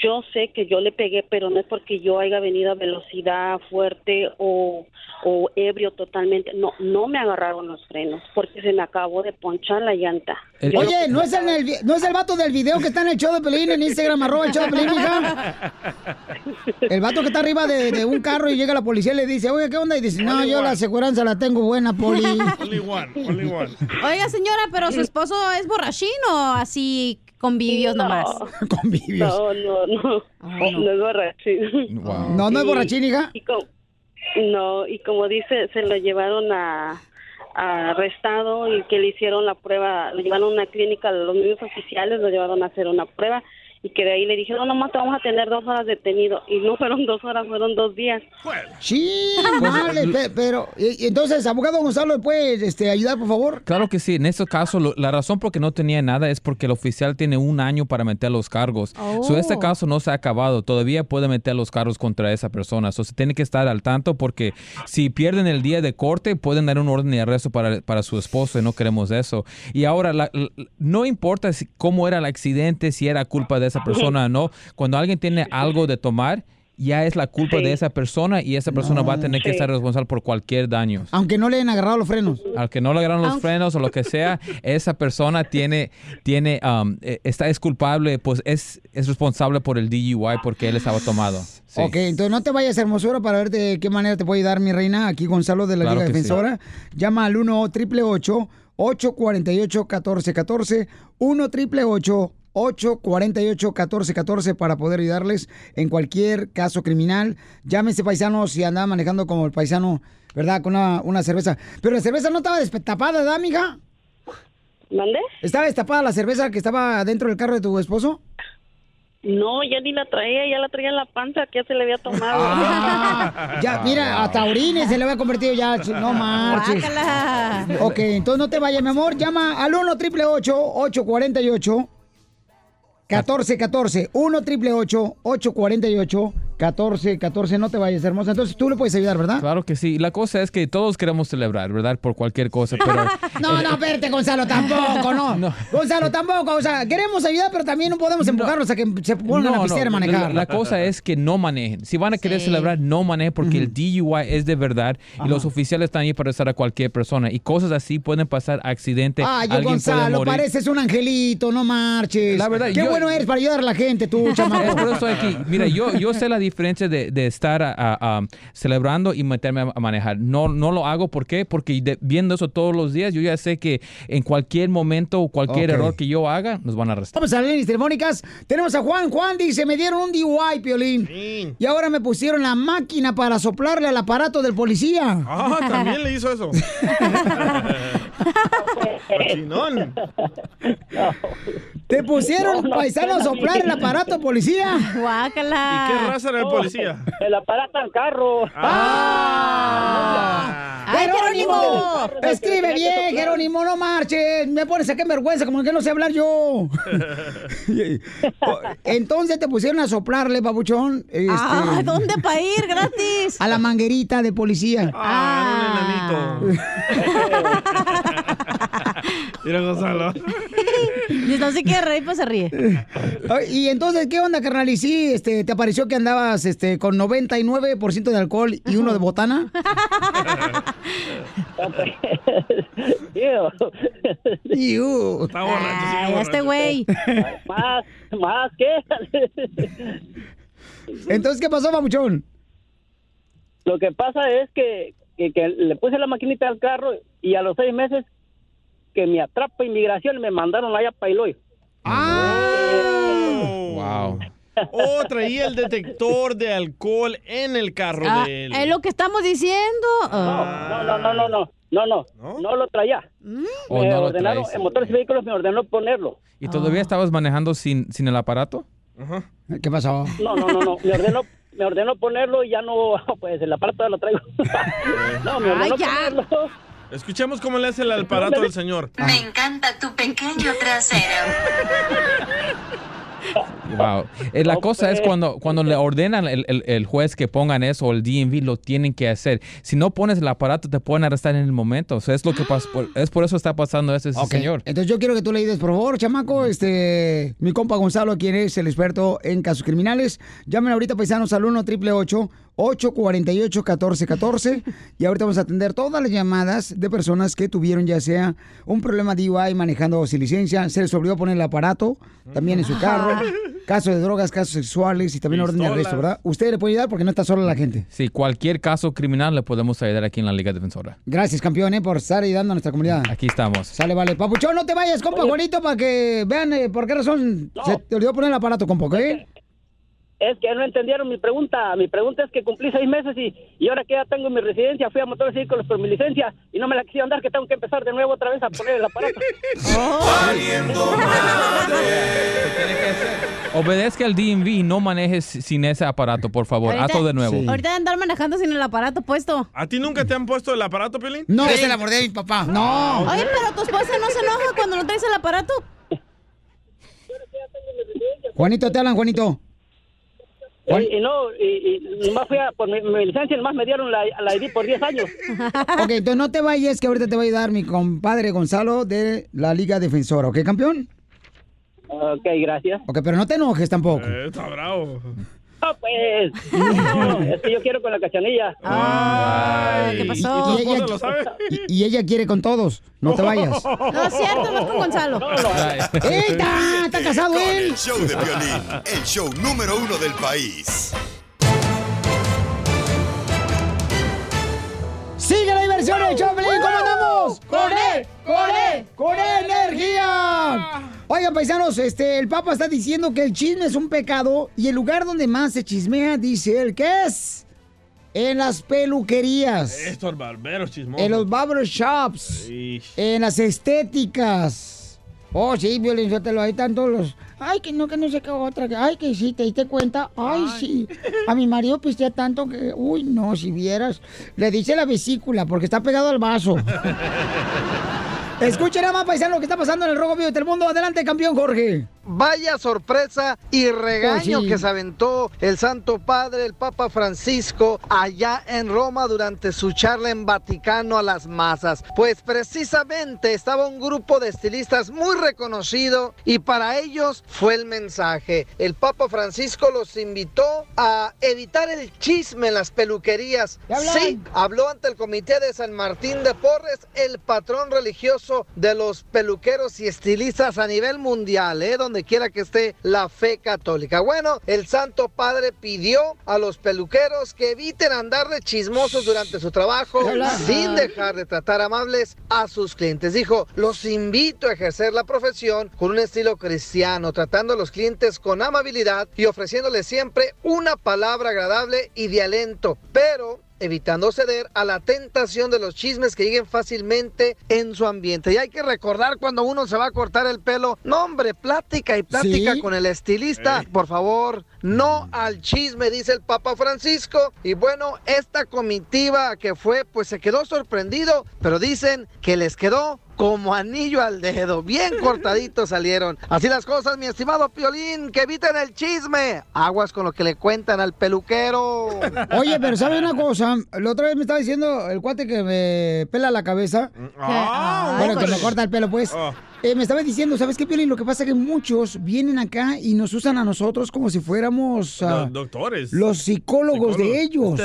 E: yo sé que yo le pegué, pero no es porque yo haya venido a velocidad fuerte o, o ebrio totalmente. No, no me agarraron los frenos porque se me acabó de ponchar la llanta. Yo lo
B: Oye, ¿no es, el, el vi- ¿no es el vato del video que está en el show de Pelín, en Instagram, arroba el show de Pelín, mija? El vato que está arriba de, de un carro y llega la policía y le dice, oye, ¿qué onda? Y dice, no, yo la aseguranza la tengo buena, poli.
C: Only one, only one.
F: Oiga, señora, pero su esposo es borrachín o así convivios nomás. Ah,
B: Convivios.
E: No, no, no. No es borrachín.
B: No, no es
E: Y-
B: borrachín, hija.
E: y co- no, y como dice, se lo llevaron a, a arrestado y que le hicieron la prueba, lo llevaron a una clínica, los mismos oficiales lo llevaron a hacer una prueba y que de ahí le dijeron, no, nomás te vamos a tener dos horas detenido. Y no fueron dos horas, fueron dos días.
B: Pues. Sí, vale, pe- pero, y- y entonces, abogado Gonzalo, ¿me ¿puede este, ayudar, por favor?
A: Claro que sí, en este caso lo- la razón por qué no tenía nada es porque el oficial tiene un año para meter los cargos. So, este
X: Oh.
A: caso no se ha acabado, todavía puede meter los cargos contra esa persona. So, se tiene que estar al tanto porque si pierden el día de corte pueden dar un orden de arresto para, para su esposo y no queremos eso. Y ahora la- la- no importa si- cómo era el accidente, si era culpa de esa persona o no, cuando alguien tiene algo de tomar ya es la culpa de esa persona y esa persona va a tener que
B: Ah. Sí.
A: ser responsable por cualquier daño
B: Aunque no le hayan agarrado los frenos.
A: al que no lograron los
B: Aunque-
A: frenos o lo que sea, esa persona tiene, tiene, um, eh, está es culpable, pues es, es responsable por el DUI porque él estaba tomado. Sí.
B: Ok, entonces no te vayas hermosura para ver de qué manera te puede ayudar mi reina. Aquí Gonzalo de la
A: Claro
B: Liga
A: que sí.
B: Defensora. Llama al 1 888 848 1414 1 888 848 1414 para poder ayudarles en cualquier caso criminal. Llámese paisano si andaba manejando como el paisano, ¿verdad? Con una, una cerveza. Pero la cerveza no estaba destapada, ¿verdad, mija?
E: ¿Mande?
B: ¿Estaba destapada la cerveza que estaba dentro del carro de tu esposo?
E: No, ya ni la traía, ya la traía en la panza, que ya se le había tomado.
B: Ya, mira, hasta orines se le había convertido ya. ch- No marches. Ok, entonces no te vayas, mi amor. Llama al 1 triple 848 1414. 1 triple 848 1414. No te vayas, hermosa. Entonces tú le puedes ayudar, ¿verdad?
A: Claro que sí. La cosa es que todos queremos celebrar, ¿verdad? Por cualquier cosa, pero...
B: No, no, espérate, Gonzalo, tampoco, no.
A: No.
B: Gonzalo, tampoco. O sea, queremos ayudar, pero también no podemos empujarnos a que se pongan a la pistera a
A: La,
B: manejar.
A: la cosa es que no manejen. Si van a querer celebrar, no manejen porque el DUI es de verdad y los oficiales están ahí para arrestar a cualquier persona. Y cosas así pueden pasar, accidente,
B: Ay,
A: Este, alguien puede
B: Ah, Gonzalo,
A: morir.
B: pareces un angelito, no marches.
A: La verdad,
B: Qué
A: yo- Eh,
B: bueno eres para ayudar a la gente, tú,
A: Es
B: chamaco.
A: por eso estoy aquí. Mira, yo, yo sé la diferencia de, de estar ah, ah, ah, celebrando y meterme a, a manejar. No, no lo hago, ¿por qué? Porque de- viendo eso todos los días, yo ya sé que en cualquier momento o cualquier
B: Ok.
A: error que yo haga, nos van a arrestar.
B: Vamos a las líneas telefónicas. Tenemos a Juan. Juan dice, me dieron un DUI, Piolín. Y ahora me pusieron la máquina para soplarle al aparato del policía.
C: Ah, también le hizo eso. Cochinón.
B: ¿Te pusieron,
C: No, no,
B: paisano, a
C: espérame.
B: soplar el aparato policía?
F: Guácala.
C: ¿Y qué raza era el policía?
N: Ah. El aparato al carro.
C: Ah.
N: Ah.
B: ¡Ay, Jerónimo!
N: Jerónimo!
B: Escribe bien, Jerónimo, no marches. Me pones a qué vergüenza, como que no sé hablar yo. Entonces te pusieron a soplarle, babuchón.
F: Ah, ¿dónde
B: para ir? Gratis. A la manguerita de policía.
C: Ah, un enanito. Mira, Gonzalo.
F: Y no se quiere reír, pues se ríe.
B: Ay, Y entonces, ¿qué onda, carnal? ¿Y sí, este, te pareció que andabas este, con 99% de alcohol y uno de botana? Iu.
N: Está borracho,
F: sigue borracho. este güey.
N: Más, más, ¿qué?
B: Entonces, ¿qué pasó, babuchón?
N: Lo que pasa es que, que- que le puse la maquinita al carro y a los seis meses que me atrapa inmigración me mandaron allá para Iloy.
F: Ah.
A: Wow.
C: Oh, traía el detector de alcohol en el carro
F: Ah,
C: de él.
F: es lo que estamos diciendo. Ah.
N: No, no, no, no, no, no, no, no lo traía.
F: Mm.
A: Oh,
N: me
A: no lo
N: ordenaron,
A: traes.
N: en motores y vehículos me ordenó ponerlo.
A: ¿Y todavía
N: Ah.
A: estabas manejando sin, sin el aparato?
B: ¿Qué pasó?
N: No, no, no, no, me ordenó, me ordenó ponerlo y ya no, pues el aparato lo traigo. no, me ordenó ponerlo.
C: Escuchemos cómo le hace el aparato del señor.
J: Me encanta tu pequeño trasero.
A: Wow. Eh, la cosa es cuando, cuando le ordenan el, el- el juez que pongan eso o el DMV, lo tienen que hacer. Si no pones el aparato, te pueden arrestar en el momento. O sea, es lo que pas- por- es por eso está pasando eso, ese
B: Ok,
A: este señor.
B: Entonces yo quiero que tú le digas, por favor, chamaco, este, mi compa Gonzalo, quien es el experto en casos criminales, llamen ahorita paisanos al 1 888 848 1414 y ahorita vamos a atender todas las llamadas de personas que tuvieron ya sea un problema de DUI manejando sin licencia, se les obligó a poner el aparato también en su carro, casos de drogas, casos sexuales y también orden de arresto,
A: Pistolas.
B: ¿verdad? Usted le puede ayudar porque no está sola la gente.
A: Si cualquier caso criminal le podemos ayudar aquí en la Liga Defensora.
B: Gracias, campeón, eh, por estar ayudando a nuestra comunidad.
A: Aquí estamos.
B: Sale, vale. Papuchón, no te vayas, compa
A: Oye.
B: Juanito, para que vean eh, por qué razón se te olvidó poner el aparato, compa, ¿ok?
N: Es que no entendieron mi pregunta. Mi pregunta es que cumplí seis meses y, y ahora que ya tengo mi residencia, fui a motores y vehículos por mi licencia y no me la quisieron dar, que tengo que empezar de nuevo otra vez a poner el aparato.
A: Obedezca al DMV y no manejes sin ese aparato, por favor. Hazlo de nuevo.
F: Ahorita de andar manejando sin el aparato puesto.
C: ¿A ti nunca te han puesto el aparato, Pelín?
B: No, es el amor de mi papá. No.
F: Oye, pero tu esposa no se enoja cuando no traes el aparato.
B: Juanito, te hablan, Juanito.
N: y, y no, y, y nomás fui a por mi, mi licencia, nomás me dieron la, la ID por 10 años.
B: Ok, entonces no te vayas, que ahorita te va a ayudar mi compadre Gonzalo de la Liga Defensora, ¿ok, campeón?
N: Ok, gracias.
B: Ok, pero no te enojes tampoco.
N: está bravo. No, pues. No, es que yo quiero con la cachanilla.
B: Ay,
N: ¿qué pasó?
B: Y, y ella,
N: ¿Tu esposa lo sabe?
B: y- y ella quiere con todos. No te vayas.
F: No es cierto, no es con Gonzalo.
B: ¡Está! ¡Está casado
G: Con
B: él!
G: el show de violín, el show número uno del país.
B: ¡Sigue la diversión del Choplin! ¿Cómo andamos? E,
J: ¡Con él! ¡Con él!
B: ¡Con E, energía! Oigan, paisanos, este, el Papa está diciendo que el chisme es un pecado y el lugar donde más se chismea, dice él, ¿qué es? En las peluquerías,
C: Estos barberos chismosos.
B: en los barbershops, en las estéticas. Oh, sí, Violín, suéltalo, ahí están todos los... Ay, que no, que no sé qué otra. que- Ay, que sí, te diste cuenta. Ay, sí. A mi marido pistea tanto que. Uy, no, si vieras. Le dice la vesícula porque está pegado al vaso. Escuchen nada más, paisano, lo que está pasando en el Rojo Vivo del Mundo. Adelante, campeón Jorge.
D: Vaya sorpresa y regaño
B: Pues sí.
D: que se aventó el Santo Padre, el Papa Francisco, allá en Roma durante su charla en Vaticano a las masas. Pues precisamente estaba un grupo de estilistas muy reconocido y para ellos fue el mensaje. El Papa Francisco los invitó a evitar el chisme en las peluquerías.
B: ¿Qué hablan?
D: Sí, habló ante el Comité de San Martín de Porres, el patrón religioso de los peluqueros y estilistas a nivel mundial, ¿eh? donde quiera que esté la fe católica. Bueno, el Santo Padre pidió a los peluqueros que eviten andar de chismosos durante su trabajo
Y: Hola.
D: sin dejar de tratar amables a sus clientes. Dijo, los invito a ejercer la profesión con un estilo cristiano, tratando a los clientes con amabilidad y ofreciéndoles siempre una palabra agradable y de alento, pero evitando ceder a la tentación de los chismes que lleguen fácilmente en su ambiente. Y hay que recordar cuando uno se va a cortar el pelo, no hombre, plática y plática
K: Sí.
D: con el estilista, por favor, no al chisme, dice el Papa Francisco. Y bueno, esta comitiva que fue, pues se quedó sorprendido, pero dicen que les quedó como anillo al dedo, bien cortaditos salieron. Así las cosas, mi estimado Piolín, que eviten el chisme. Aguas con lo que le cuentan al peluquero.
B: Oye, pero ¿sabes una cosa? La otra vez me estaba diciendo el cuate que me pela la cabeza.
D: Ah,
B: bueno, que
D: órale.
B: me corta el pelo, pues. Eh, me estaba diciendo, ¿sabes qué, Piolín? Lo que pasa es que muchos vienen acá y nos usan a nosotros como si fuéramos ah,
C: Do- doctores.
B: los psicólogos, de ellos.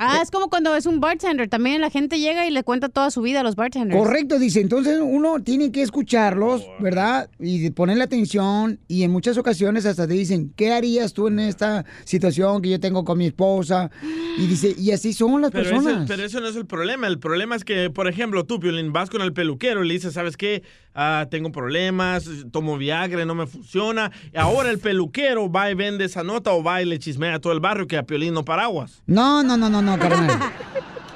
F: Ah, es como cuando es un bartender. También la gente llega y le cuenta toda su vida a los bartenders.
B: Correcto, dice. Entonces uno tiene que escucharlos, ¿verdad? Y de ponerle atención. Y en muchas ocasiones hasta te dicen, ¿qué harías tú en esta situación que yo tengo con mi esposa? Y dice, y así son las
C: Pero,
B: personas.
C: ese- pero eso no es el problema. El problema es que, por ejemplo, tú, Piolín, vas con el peluquero y le dices, ¿sabes qué? Ah, tengo problemas, tomo Viagra, y no me funciona. Ahora el peluquero va y vende esa nota o va y le chismea a todo el barrio que a Piolín no paraguas.
B: No, no, no, no, no, carnal.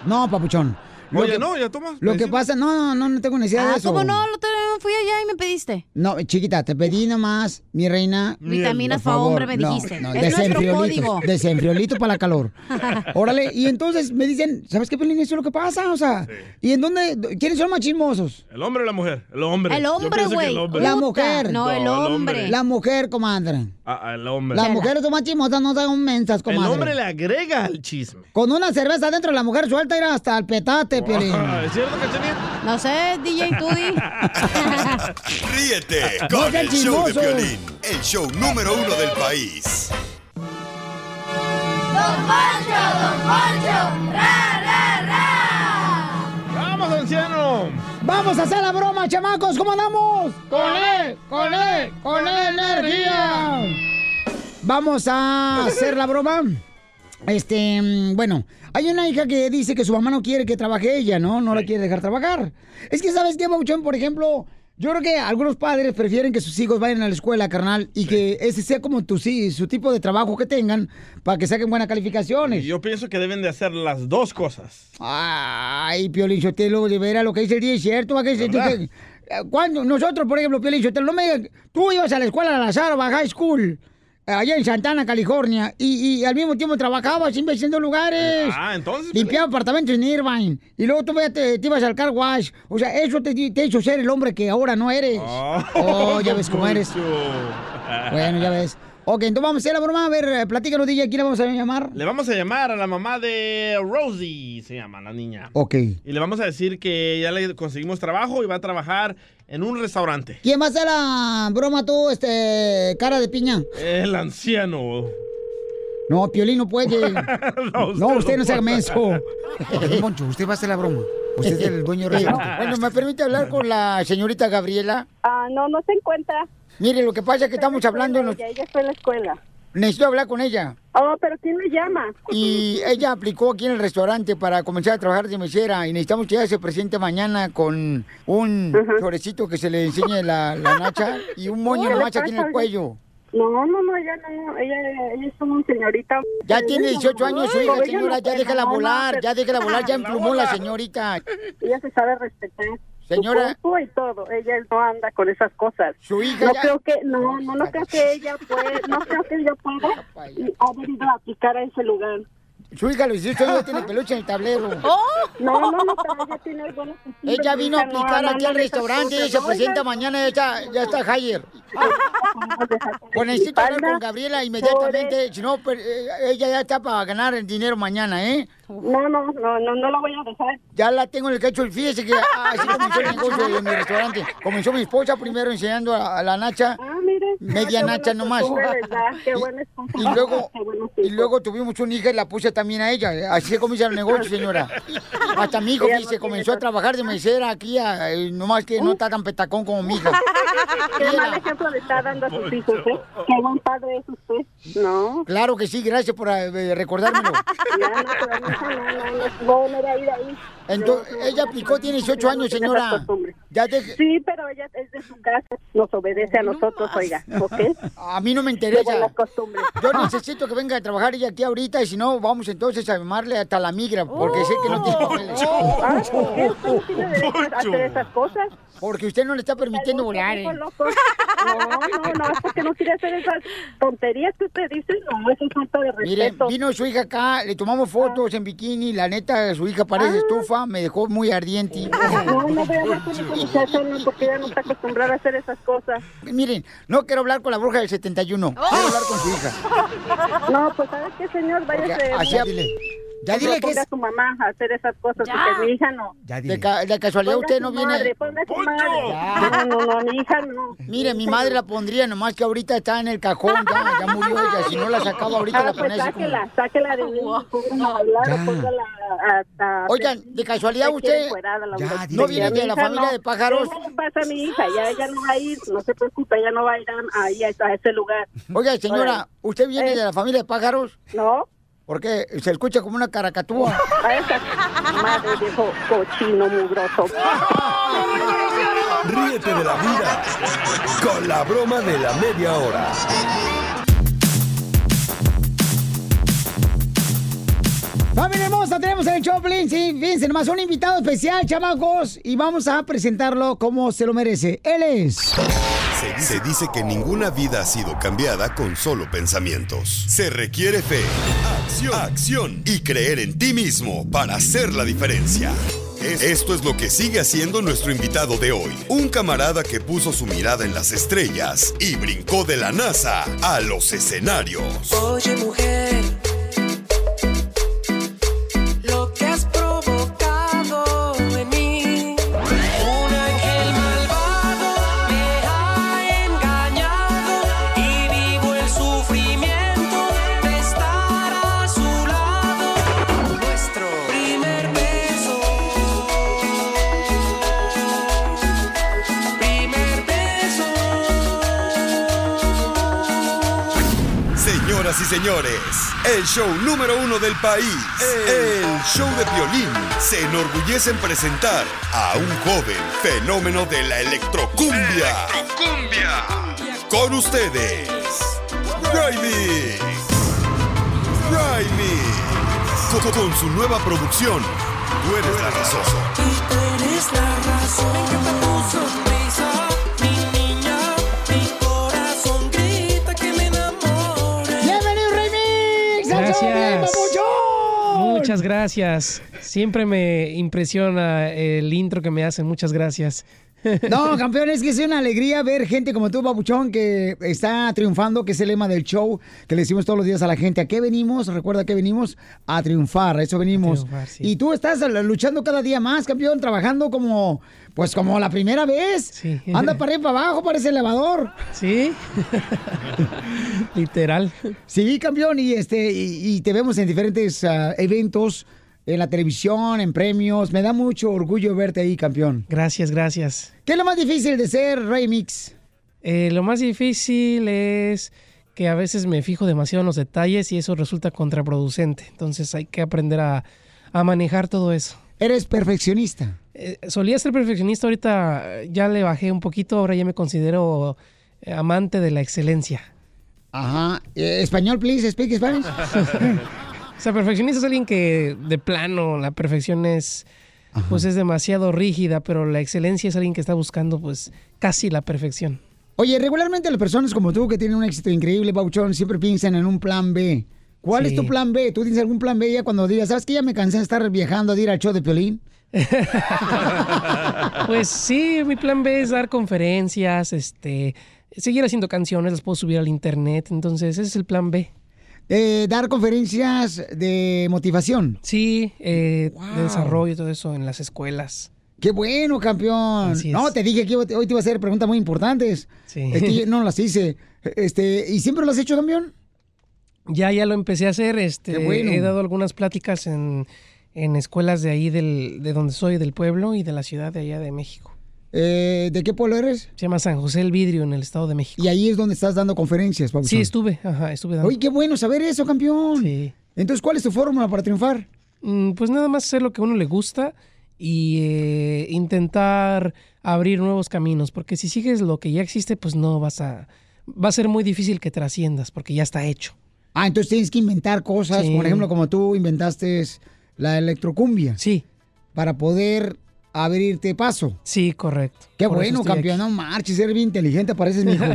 B: No, papuchón.
C: Oye, no, ya tomas
B: Lo que
C: medicina.
B: pasa, no, no, no, no tengo necesidad
F: Ah,
B: de eso.
F: ¿cómo no? Lo fui allá y me pediste.
B: No, chiquita, te pedí nomás, mi reina.
F: Miel. Vitaminas
B: por
F: pa'
B: favor.
F: hombre, me
B: No,
F: dijiste.
B: No,
F: Es nuestro
B: desenfriolito.
F: código.
B: Desenfriolito para la calor. Órale, y entonces me dicen, ¿sabes qué, Pelín? Eso es lo que pasa, o sea. ¿Y en dónde? ¿Quiénes son más chismosos?
C: ¿El hombre o la mujer? El hombre.
B: El
C: Yo
B: hombre,
C: pienso que
B: güey.
C: el hombre.
B: La mujer. No, el La
C: La...
B: mujer, comadre.
C: Ah, ah, el hombre.
B: Las mujeres son más chismosas, no son mensas,
C: El
B: comadre.
C: hombre le agrega al chisme.
B: Con una cerveza adentro, la mujer suelta ir hasta el petate, Pelín.
C: Ah, ¿Es cierto, Cachanilla?
F: No sé, DJ Tudi.
G: Ríete
B: No
G: con
B: seas
G: el show de
B: chismoso.
G: Piolín, el show número uno del país.
J: Don Poncho, Don Poncho, ra, ra, ra.
C: ¡Vamos, anciano!
B: Vamos a hacer la broma, chamacos. ¿Cómo andamos?
J: Con él, con él, con E energía.
B: Vamos a hacer la broma. Este, mm, bueno, hay una hija que dice que su mamá no quiere que trabaje ella, ¿no? No la quiere dejar trabajar. Es que, ¿sabes qué, Bauchón? Por ejemplo, yo creo que algunos padres prefieren que sus hijos vayan a la escuela, carnal, y que ese sea como tu, sí, su tipo de trabajo que tengan para que saquen buenas calificaciones.
C: Yo pienso que deben de hacer las dos cosas.
B: Ay, Piolín Sotelo, de veras, lo que dice el día es cierto. ¿va? Que se-
C: ¿Verdad?
B: que- cuando nosotros, por ejemplo, Piolín Sotelo, no me digas, tú ibas a la escuela a la Sarva High School, eh, allá en Santana, California, y, y al mismo tiempo trabajabas invirtiendo lugares.
C: Ah, entonces,
B: Limpiaba apartamentos en Irvine. Y luego tú vete- te, ibas al car wash. O sea, eso te, te hizo ser el hombre que ahora no eres. Oh, ya ves cómo eres. Bueno, ya ves. Ok, entonces vamos a hacer la broma. A ver, eh, platícanos, DJ, ¿a quién le vamos a llamar?
C: Le vamos a llamar a la mamá de Rosie, se llama la niña.
B: Ok.
C: Y le vamos a decir que ya le conseguimos trabajo y va a trabajar en un restaurante.
B: ¿Quién va a hacer la broma tú, este, cara de piña?
C: El anciano.
B: No, Piolín no puede.
C: No,
B: no,
C: usted
B: usted
C: no
B: no, se haga
C: puede.
B: menso. Moncho, usted va a hacer la broma. Usted es el dueño
K: del restaurante.
B: Bueno, ¿me permite hablar con la señorita Gabriela? Ah, no, no se encuentra. Mire, lo que pasa es que estamos hablando... Ella, fue a la escuela. Necesito hablar con ella. Oh, pero ¿quién le llama? Y ella aplicó aquí en el restaurante para comenzar a trabajar de mesera y necesitamos que ella se presente mañana con un florecito que se le enseñe la, la nacha y un moño
K: ¿Qué
B: de
K: le
B: nacha aquí en
K: pasa?
B: el cuello.
K: No, no, no, ella no, ella, ella es una señorita.
B: Ya tiene 18 años su hija,
K: Ella no
B: señora, ya
K: puede,
B: déjala
K: no, no,
B: volar,
K: pero-
B: ya déjela volar, ya emplumó la señorita.
K: Ella se sabe respetar. su
B: Señora.
K: cuerpo y todo, ella no anda con esas cosas.
B: Su hija
K: No
B: ya-
K: creo que, no, no, no creo que ella puede, no creo que ella pueda haber ido a aplicar a ese lugar. Oh.
B: Su hija a los 18 años ya tiene peluche en el tablero.
F: ¡Oh!
K: No, no, no, pero ella tiene buenas costumbres,
B: Ella
K: su
B: vino a
K: hija no
B: aplicar
K: anda
B: aquí al
K: en esas
B: restaurante y
K: cosas.
B: se
K: Oigan,
B: presenta mañana, ya está, ya está Jair. Pues necesito hablar con Gabriela inmediatamente, si no, per- eh, ella ya está para ganar el dinero mañana, ¿eh? No, no, no, no, no la voy a dejar. Ya la tengo en el cacho, y fíjese que así comenzó el negocio de mi restaurante. Comenzó mi esposa primero enseñando a, a la Nacha. Ah, mire. media nacha nomás.
K: Qué buena
B: Y luego, y luego tuvimos una hija y la puse también a ella. Así es como hice el negocio, señora. Hasta mi hijo
K: Ella no
B: dice,
K: tiene
B: comenzó a trabajar de mesera aquí, a- eh, nomás que no está tan petacón como mi hijo.
K: Qué mal ejemplo le está dando a sus hijos, ¿eh? Qué buen padre es usted. No.
B: Claro que sí, gracias por eh, recordármelo.
K: No, no era ir ahí.
B: Entonces, ella aplicó, tiene 18 años, señora. Ya
K: Sí, pero ella es de su casa, nos obedece a nosotros, oiga, ¿ok?
B: A mí no me interesa. Yo necesito que venga a trabajar ella aquí ahorita y si no, vamos entonces a llamarle hasta la migra porque sé que no
K: Oh,
B: tiene papeles. Ah,
K: Ay, ¿por qué usted no tiene derecho a hacer esas cosas? Pues,
B: Porque usted no le está permitiendo volar. ¿eh?
K: Hijo loco. No, no, no, es porque no quiere hacer esas tonterías que usted dice, no, eso es falta de
B: Mire,
K: respeto. Ah.
B: vino su hija acá, le tomamos fotos en bikini, la neta, su hija parece estufa, me dejó muy ardiente.
K: No, no voy a hablar con esa muchacha, no, porque ella no está acostumbrada a hacer esas cosas. Oh.
B: Miren, no quiero hablar con la bruja del 71, quiero hablar con su hija.
K: No, pues, ¿sabes qué, señor? Váyase.
B: Así dile. Ya dile que
K: ponga
B: es...
K: a su mamá a hacer esas cosas, porque mi hija no.
B: De, ca- de casualidad
K: Ponga
B: usted
K: su
B: no viene...
K: madre, ponga su madre. Ya. No, no, no, mi hija no.
B: Mire, mi madre la pondría, nomás que ahorita está en el cajón, ya, ya murió ella. Si no la sacaba ahorita,
K: Ah,
B: la
K: pues
B: ponía así como...
K: sáquela, sáquela de mí, póngala a hablar,
B: Ya.
K: póngala a- a- a-
B: Oigan, de casualidad
K: Se quiere
B: usted
K: encuerada la
B: Ya,
K: mujer.
B: dile. no viene de
K: Mi
B: la
K: hija
B: familia
K: no.
B: de pájaros.
K: Eso le pasa a mi hija, ya ella no va a ir, no se preocupe, ella no va a ir a- ahí a, a ese lugar.
B: Oiga, señora,
K: Órale.
B: ¿usted viene de la familia de pájaros?
K: Eh. No.
B: Porque se escucha como una caracatúa.
K: Madre viejo cochino mugroso.
G: Ríete de la vida con la broma de la media hora.
B: Familia hermosa, tenemos en el show, Piolín, sí, fíjense, nomás un invitado especial, chamacos, y vamos a presentarlo como se lo merece. Él es...
G: Se dice, se dice que ninguna vida ha sido cambiada con solo pensamientos. Se requiere fe, acción, acción y creer en ti mismo para hacer la diferencia. Es- Esto es lo que sigue haciendo nuestro invitado de hoy, un camarada que puso su mirada en las estrellas y brincó de la NASA a los escenarios.
J: Oye, mujer, lo que has provocado en mí. Un ángel malvado me ha engañado y vivo el sufrimiento de estar a su lado. Nuestro primer beso. Primer beso.
G: Señoras y señores, el show número uno del país, el show de violín, se enorgullece en presentar a un joven fenómeno de la electrocumbia. ¡Electrocumbia! Con ustedes, Riley. Riley. Con, con su nueva producción, Tú eres la razón.
J: Y tú eres la razón en que me puso prisa, mi niña, mi corazón grita que me enamore.
B: ¡Bienvenido, Remix! al show de
Y: Gracias.
B: Papuchón!
Y: Muchas gracias. Siempre me impresiona el intro que me hacen. Muchas gracias.
B: No, campeón, es que es una alegría ver gente como tú, Papuchón, que está triunfando, que es el lema del show que le decimos todos los días a la gente. ¿A qué venimos? Recuerda que venimos a triunfar, a eso venimos.
Y: triunfar, sí.
B: Y tú estás eh, luchando cada día más, campeón, trabajando como, pues como la primera vez. Anda para arriba y para abajo, parece elevador.
Y: Sí. Literal.
B: Sí, campeón, y este, y, y te vemos en diferentes ah, eventos, en la televisión, en premios. Me da mucho orgullo verte ahí, campeón.
Y: Gracias, gracias.
B: ¿Qué es lo más difícil de ser remix?
Y: Eh, lo más difícil es que a veces me fijo demasiado en los detalles y eso resulta contraproducente. Entonces hay que aprender a, a manejar todo eso.
B: Eres perfeccionista.
Y: Eh, solía ser perfeccionista, ahorita eh, ya le bajé un poquito, ahora ya me considero eh, amante de la excelencia.
B: Ajá. Eh, español, please, speak Spanish.
Y: o sea, perfeccionista es alguien que de plano la perfección es pues es demasiado rígida, pero la excelencia es alguien que está buscando pues casi la perfección.
B: Oye, regularmente las personas como tú que tienen un éxito increíble, Bauchón, siempre piensan en un plan B. ¿Cuál es
Y: Sí.
B: tu plan B? ¿Tú tienes algún plan B ya cuando digas, sabes que ya me cansé de estar viajando de ir al show de Piolín?
Y: Pues sí, mi plan B es dar conferencias, este, seguir haciendo canciones, las puedo subir al internet, entonces ese es el plan B.
B: Eh, dar conferencias de motivación.
Y: Sí, eh, de desarrollo, todo eso en las escuelas.
B: Qué bueno, campeón. No, te dije que hoy te hoy te iba a hacer preguntas muy importantes.
Y: Sí.
B: Es que yo no las hice. Este, ¿Y siempre lo has hecho, campeón?
Y: Ya, ya lo empecé a hacer. Este,
B: Qué bueno.
Y: He dado algunas pláticas en, en escuelas de ahí, del, de donde soy, del pueblo y de la ciudad de allá de México.
B: Eh, ¿De qué pueblo eres?
Y: Se llama San José el Vidrio, en el Estado de México.
B: Y ahí es donde estás dando conferencias, Pabuchón.
Y: Sí, estuve, ajá, estuve dando.
B: Oye, qué bueno saber eso, campeón.
Y: Sí.
B: Entonces, ¿cuál es tu fórmula para triunfar?
Y: Pues nada más hacer lo que a uno le gusta y eh, intentar abrir nuevos caminos, porque si sigues lo que ya existe, pues no vas a... Va a ser muy difícil que trasciendas, porque ya está hecho.
B: Ah, entonces tienes que inventar cosas,
Y: Sí.
B: por ejemplo, como tú inventaste la electrocumbia.
Y: Sí.
B: Para poder abrirte paso.
Y: Sí, correcto.
B: Qué
Y: Por eso
B: bueno,
Y: estoy
B: campeón. No marches, eres bien inteligente, pareces mi hijo.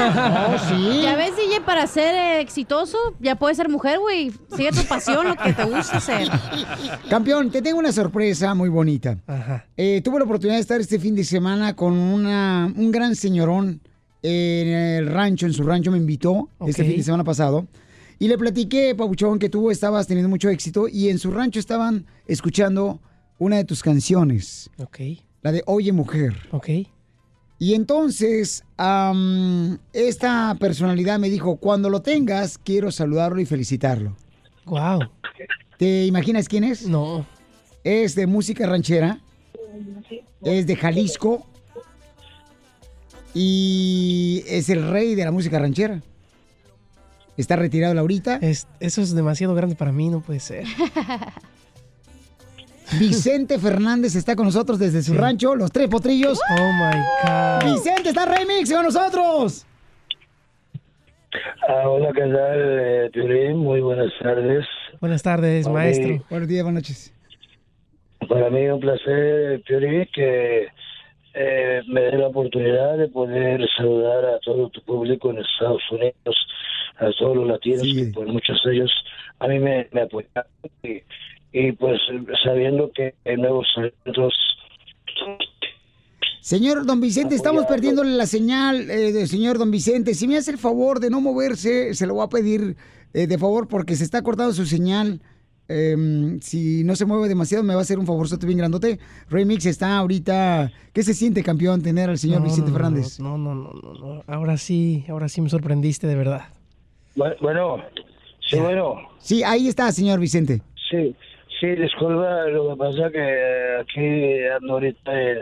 B: Oh, sí.
F: Ya ves, DJ, para ser eh, exitoso, ya puedes ser mujer, güey. Sigue tu pasión, lo que te gusta hacer.
B: Campeón, te tengo una sorpresa muy bonita. Eh, tuve la oportunidad de estar este fin de semana con una, un gran señorón en el rancho, en su rancho me invitó este
Y: Ok.
B: fin de semana pasado. Y le platiqué, Pabuchón, que tú estabas teniendo mucho éxito y en su rancho estaban escuchando una de tus canciones.
Y: Ok.
B: La de Oye Mujer.
Y: Ok.
B: Y entonces, am, esta personalidad me dijo, cuando lo tengas, quiero saludarlo y felicitarlo.
Y: Wow.
B: ¿Te imaginas quién es?
Y: No.
B: Es de música ranchera, es de Jalisco y es el rey de la música ranchera. Está retirado Laurita.
Y: eso es demasiado grande para mí, no puede ser.
B: Vicente Fernández está con nosotros desde su rancho, Los Tres Potrillos.
Y: Oh my God.
B: Vicente está remix con nosotros.
L: Ah, hola, ¿qué tal, eh, Piolín? Muy buenas tardes.
Y: Buenas tardes,
L: Ok.
Y: maestro.
B: Buenos días, buenas noches.
L: Para mí es un placer, Piolín, que eh, me dé la oportunidad de poder saludar a todo tu público en Estados Unidos, a todos los latinos, que por muchos de ellos a mí me, me apoyaron. Y, y, pues sabiendo que hay nuevos talentos.
B: Señor Don Vicente, estamos
L: Apoyado.
B: perdiéndole la señal eh, del señor Don Vicente. Si me hace el favor de no moverse, se lo voy a pedir eh, de favor porque se está cortando su señal. Em, si no se mueve demasiado, me va a hacer un favorzote bien grandote. Remix está ahorita. ¿Qué se siente, campeón, tener al señor
Y: No,
B: Vicente
Y: no, no,
B: Fernández?
Y: No, no, no, no, no. Ahora sí, ahora sí me sorprendiste de verdad.
L: Bu- Bueno, sí, bueno.
B: Sí, ahí está, señor Vicente.
L: Sí, sí, disculpa, lo que pasa que aquí ando ahorita eh,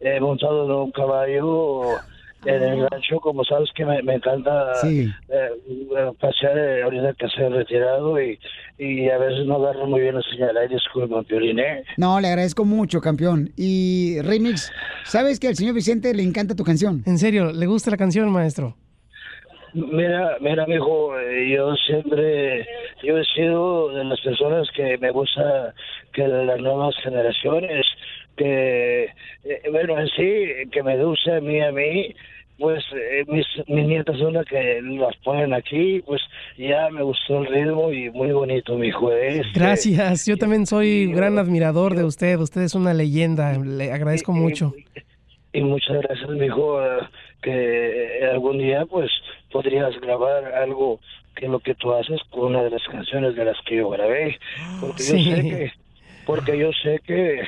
L: eh, montado en un caballo en el rancho, como sabes que me, me encanta
B: Sí.
L: eh, eh, pasear eh, ahorita que se ha retirado y, y a veces no agarro muy bien la señal, ahí disculpa, Piolín, ¿eh?
B: No, le agradezco mucho, campeón. Y Remix, ¿sabes que al señor Vicente le encanta tu canción?
Y: En serio, le gusta la canción, maestro.
L: Mira, mira, mijo, eh, yo siempre, yo he sido de las personas que me gusta que las nuevas generaciones, que, eh, bueno, en sí, que me guste a mí, a mí, pues eh, mis, mis nietas son las que las ponen aquí, pues ya me gustó el ritmo y muy bonito, mijo. eh, este,
Y: Gracias, yo también soy gran admirador de usted. Usted es una leyenda, le agradezco mucho.
L: Y muchas gracias, mijo, ah, que algún día, pues, podrías grabar algo que lo que tú haces con una de las canciones de las que yo grabé, porque
Y: Sí.
L: yo sé que, porque yo sé que,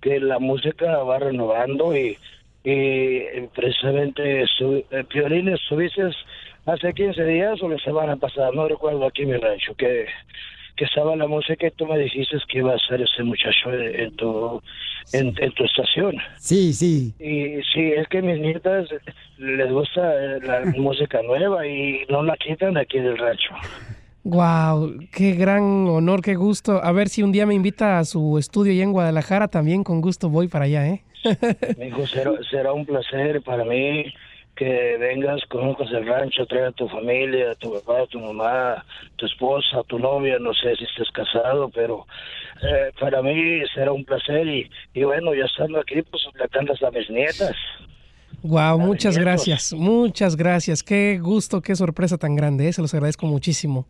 L: que la música va renovando y, y precisamente su, eh, Piolín, estuviste hace 15 días o la semana pasada, no recuerdo aquí en mi rancho, que que estaba la música y tú me dijiste que iba a ser ese muchacho en en tu, en- en tu estación.
B: Sí, sí.
L: Y sí, es que mis nietas les gusta eh, la música nueva y no la quitan de aquí del rancho.
Y: Wow, qué gran honor, qué gusto. A ver si un día me invita a su estudio allá en Guadalajara, también con gusto voy para allá, ¿eh?
L: Me dijo, será, será un placer para mí que vengas, conozcas el rancho, traigas a tu familia, a tu papá, a tu mamá, tu esposa, tu novia, no sé si estés casado, pero eh, para mí será un placer y, y bueno, ya estando aquí, pues le cantas a mis nietas.
Y: Wow, muchas gracias, muchas gracias. Qué gusto, qué sorpresa tan grande, ¿eh? se los agradezco muchísimo.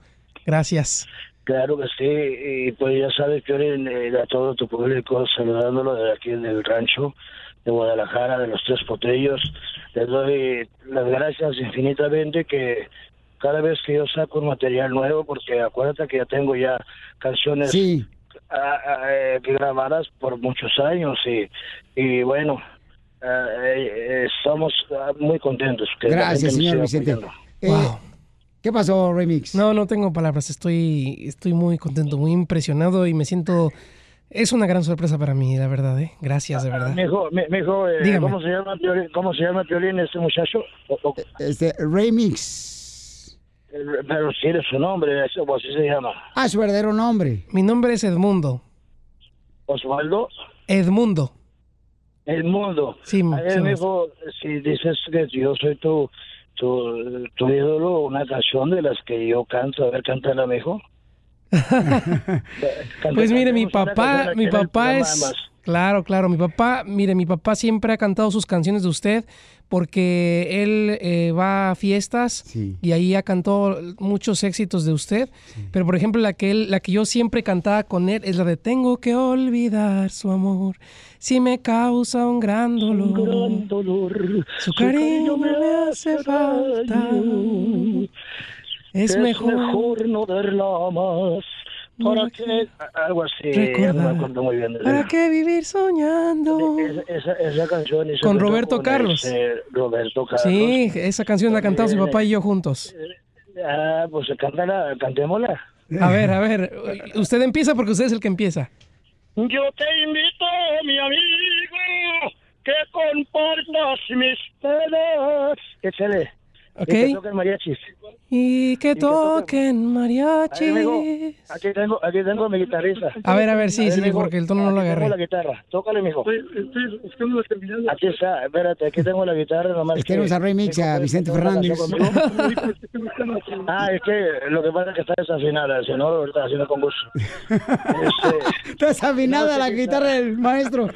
Y: Gracias.
L: Claro que sí, y pues ya sabes, Piolín, eh, a todo tu público, saludándolo de aquí del rancho de Guadalajara, de los Tres Potrillos. Les doy las gracias infinitamente que cada vez que yo saco un material nuevo, porque acuérdate que ya tengo ya canciones
B: Sí.
L: ah, ah, eh, que grabaras por muchos años y, y bueno, ah, eh, eh, estamos ah, muy contentos. que la gente
B: Gracias,
L: nos
B: señor
L: siga
B: Vicente.
L: apoyando.
B: Eh, ¿Qué pasó, Remix?
Y: No, no tengo palabras. Estoy, estoy muy contento, muy impresionado y me siento. Es una gran sorpresa para mí, la verdad, ¿eh? Gracias, de verdad.
L: Mijo, mi- mijo, eh,
Y: Dígame.
L: ¿cómo se llama Piolín, cómo se llama Piolín este muchacho? O- o-
B: Este, Remix.
L: pero si eres su nombre, eso, o así se llama.
B: Ah, su verdadero nombre.
Y: Mi nombre es Edmundo.
L: Osvaldo,
Y: Edmundo.
L: el mundo.
Y: Sí,
L: A ver,
Y: sí,
L: mijo, si dices que yo soy tu, tu, tu ídolo, una canción de las que yo canto, a ver, cántala, mijo.
Y: Pues mire, mi
L: cantemos una canción
Y: papá,
L: aquí
Y: mi
L: en el
Y: papá
L: programa,
Y: es...
L: además.
Y: Claro, claro, mi papá, mire, mi papá siempre ha cantado sus canciones de usted porque él eh, va a fiestas y ahí ha cantado muchos éxitos de usted, pero por ejemplo la que él, la que yo siempre cantaba con él es la de Tengo que olvidar su amor si me causa un gran dolor. Su cariño me hace falta. Es mejor
L: no darla más. ¿Para qué? Algo así.
Y: Recordar.
L: no me acuerdo muy bien.
Y: ¿Para qué vivir soñando?
L: Esa, esa canción. hizo
Y: Con
L: que
Y: Roberto
L: con
Y: Carlos.
L: este Roberto Carlos.
Y: Sí, esa canción la cantamos mi
L: También,
Y: papá y
L: eh,
Y: yo juntos.
L: Ah, pues cántala, cantémosla.
Y: A ver, a ver, usted empieza porque usted es el que empieza.
L: Yo te invito, mi amigo, que compartas mis penas. Échale.
Y: Ok.
L: Y que toquen Este mariachis.
Y: Y que toquen
L: Ahí, mijo,
Y: mariachi.
L: aquí tengo, aquí tengo a mi guitarrista.
Y: A ver, a ver, sí, sí,
L: mijo,
Y: porque el tono no lo
L: aquí tengo la
Y: agarré.
L: guitarra. Tócale, mijo. Aquí está, espérate, aquí tengo la guitarra nomás. que-
B: Tenemos a Remix, a Vicente
L: ¿Tengo una
B: Fernández.
L: canción conmigo? ah, es que lo que pasa es que está desafinada, si no, ahorita haciendo con gusto.
B: Está desafinada la guitarra del maestro.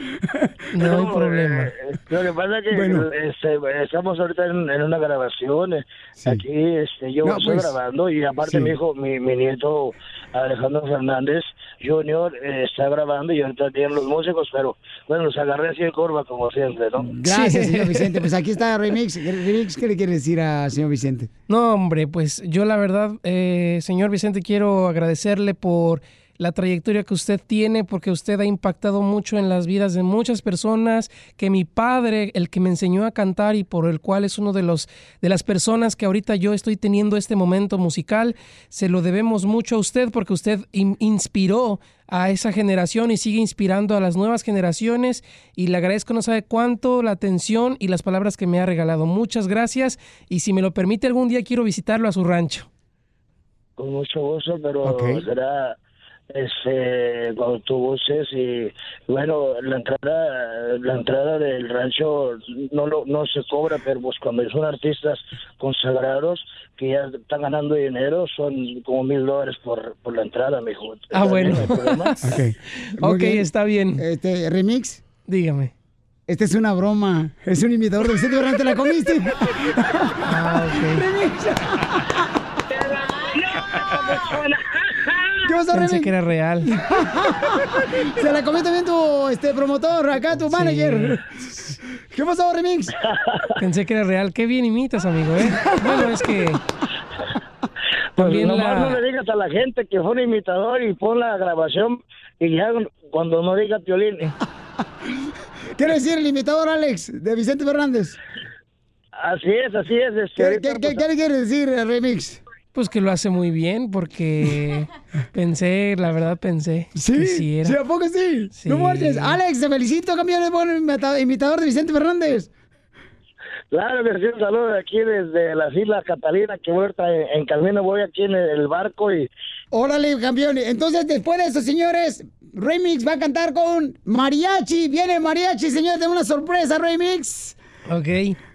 Y: No hay
L: problema. eh, Lo que pasa es que este, estamos ahorita en, en una grabación. eh, Aquí este, yo
M: No,
L: estoy
M: pues,
L: grabando y aparte
M: sí.
L: mi hijo, mi, mi nieto Alejandro Fernández Junior eh, está grabando y ahorita tienen los músicos, pero bueno, los agarré así de curva como siempre, ¿no?
B: Gracias, señor Vicente. Pues aquí está Remix. Remix, ¿qué le quiere decir a señor Vicente?
Y: No, hombre, pues yo la verdad, eh, señor Vicente, quiero agradecerle por la trayectoria que usted tiene, porque usted ha impactado mucho en las vidas de muchas personas, que mi padre, el que me enseñó a cantar y por el cual es uno de los de las personas que ahorita yo estoy teniendo este momento musical, se lo debemos mucho a usted porque usted in- inspiró a esa generación y sigue inspirando a las nuevas generaciones y le agradezco no sabe cuánto la atención y las palabras que me ha regalado. Muchas gracias y si me lo permite algún día quiero visitarlo a su rancho.
L: Con mucho gusto, pero
Y: Ok.
L: será este, cuando tú gustes y bueno, la entrada, la entrada del rancho no lo, no se cobra, pero pues cuando son artistas consagrados que ya están ganando dinero son como mil dólares por, por la entrada, mijo.
Y: Ah, bueno.
B: Muy
Y: Ok, está bien.
B: Este, Remix.
Y: Dígame.
B: Esta es una broma. Es un imitador de Vicente Fernández. ¿Te la comiste?
Y: ah, ok.
B: ¿Qué pasó,
Y: Pensé
B: Remix?
Y: que era real.
B: Se la comió también tu este, promotor, acá tu manager. ¿Qué pasó, Remix?
Y: Pensé que era real. Qué bien imitas, amigo, ¿eh? Bueno, es que
L: Pues
Y: también
L: nomás
Y: la...
L: no le digas a la gente que fue un imitador y pon la grabación y ya cuando no diga eh. violín.
B: Quiero decir el imitador Alex de Vicente Fernández.
L: Así es, así es. pues,
B: ¿Qué, qué, qué- qué le quiere decir el remix?
Y: Pues que lo hace muy bien porque pensé, la verdad pensé.
B: Sí,
Y: que sí era.
B: ¿sí, ¿a poco sí?
Y: Sí.
B: No marches. Alex, te felicito, campeón, es buen imita- imitador de Vicente Fernández.
L: Claro que sí, un saludo de aquí desde las Islas Catalina, que ahorita en, en camino voy aquí en el barco y...
B: Órale, campeón. Entonces, después de eso, señores, Remix va a cantar con Mariachi. Viene Mariachi, señores, tengo una sorpresa, Remix.
Y: Ok.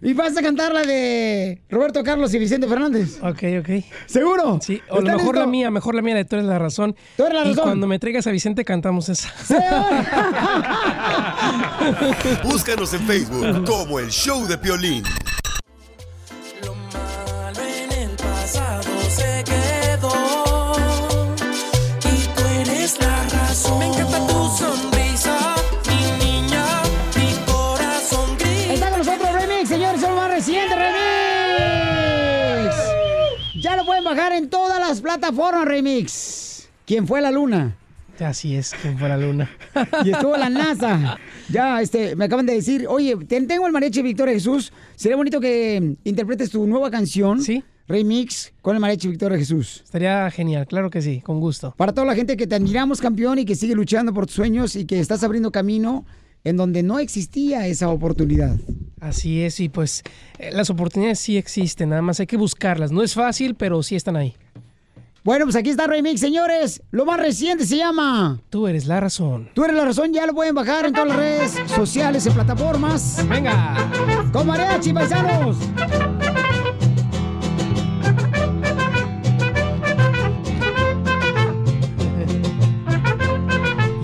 B: Y vas a cantar la de Roberto Carlos y Vicente Fernández.
Y: Ok, ok.
B: ¿Seguro?
Y: Sí, o a lo
B: ¿Está
Y: mejor la
B: listo?
Y: mía, mejor la mía, de tú eres la razón.
B: Tú eres la
Y: Y
B: razón.
Y: cuando me traigas a Vicente cantamos esa.
G: Búscanos en Facebook como el show de Piolín.
J: en el pasado se quedó y tú eres la razón. Me encanta tu sonrisa, mi niña, mi corazón grita.
B: Está con nosotros Remix, señores, el más reciente Remix. Ya lo pueden bajar en todas las plataformas Remix. ¿Quién fue la luna?
Y: Así es, quien fue la luna.
B: Y estuvo la NASA. Ya, este, me acaban de decir, oye, te- tengo el mariachi Víctor Jesús. Sería bonito que interpretes tu nueva canción. Sí. Remix con el mariachi Víctor Jesús.
Y: Estaría genial, claro que sí, con gusto.
B: Para toda la gente que te admiramos, campeón, y que sigue luchando por tus sueños y que estás abriendo camino en donde no existía esa oportunidad.
Y: Así es, y pues eh, las oportunidades sí existen, nada más hay que buscarlas. No es fácil, pero sí están ahí.
B: Bueno, pues aquí está Remix, señores. Lo más reciente se llama.
Y: Tú eres la razón.
B: Tú eres la razón, ya lo pueden bajar en todas las redes sociales, en plataformas.
Y: Venga.
B: Con mariachi, paisanos.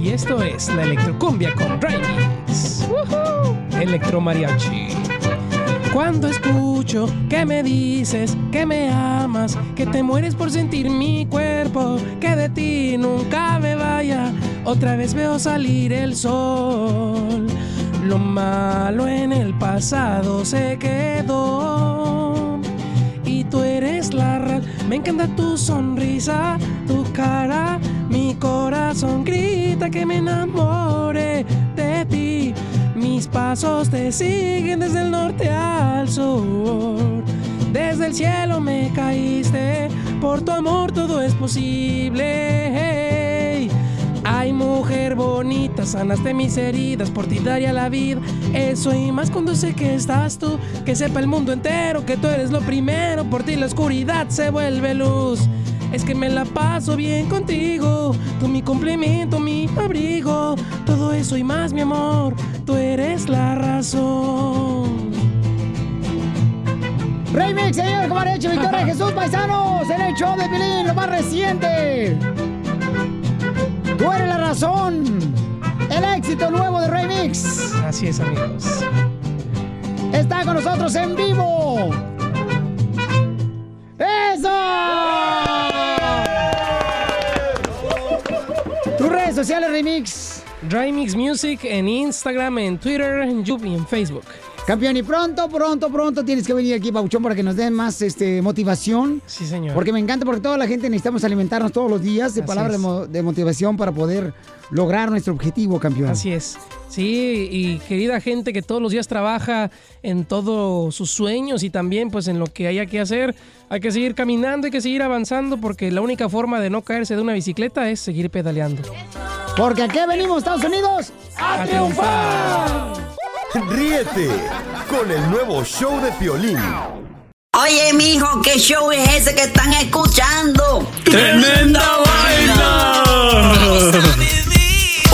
Y: Y esto es la electrocumbia con Remix. Electromariachi. Cuando escucho que me dices que me amas, que te mueres por sentir mi cuerpo, que de ti nunca me vaya, otra vez veo salir el sol. Lo malo en el pasado se quedó y tú eres la ra- Me encanta tu sonrisa, tu cara, mi corazón grita que me enamore de ti. Mis pasos te siguen desde el norte al sur. Desde el cielo me caíste, por tu amor todo es posible. Hey. Ay, mujer bonita, sanaste mis heridas, por ti daría la vida. Eso y más cuando sé que estás tú, que sepa el mundo entero que tú eres lo primero, por ti la oscuridad se vuelve luz. Es que me la paso bien contigo, tú mi complemento, mi abrigo, todo eso y más, mi amor, tú eres la razón.
B: Remix, señor, como han hecho Victoria Jesús, paisanos, en el show de Pilín, lo más reciente. Tú eres la razón. El éxito nuevo de Remix.
Y: Así es, amigos.
B: Está con nosotros en vivo. ¡Eso! Tus redes sociales, Remix.
Y: Remix Music en Instagram, en Twitter, en YouTube y en Facebook.
B: Campeón, y pronto, pronto, pronto tienes que venir aquí, Pauchón, para que nos den más este, motivación.
Y: Sí, señor.
B: Porque me encanta, porque toda la gente necesitamos alimentarnos todos los días de
Y: Así
B: palabras de,
Y: es.
B: mo- de motivación para poder lograr nuestro objetivo, campeón.
Y: Así es. Sí, y querida gente que todos los días trabaja en todos sus sueños y también pues en lo que haya que hacer, hay que seguir caminando, hay que seguir avanzando porque la única forma de no caerse de una bicicleta es seguir pedaleando.
B: Porque aquí venimos, Estados Unidos, a, triunfar.
G: Ríete con el nuevo show de Piolín.
M: Oye, mijo, ¿qué show es ese que están escuchando?
J: ¡Tremenda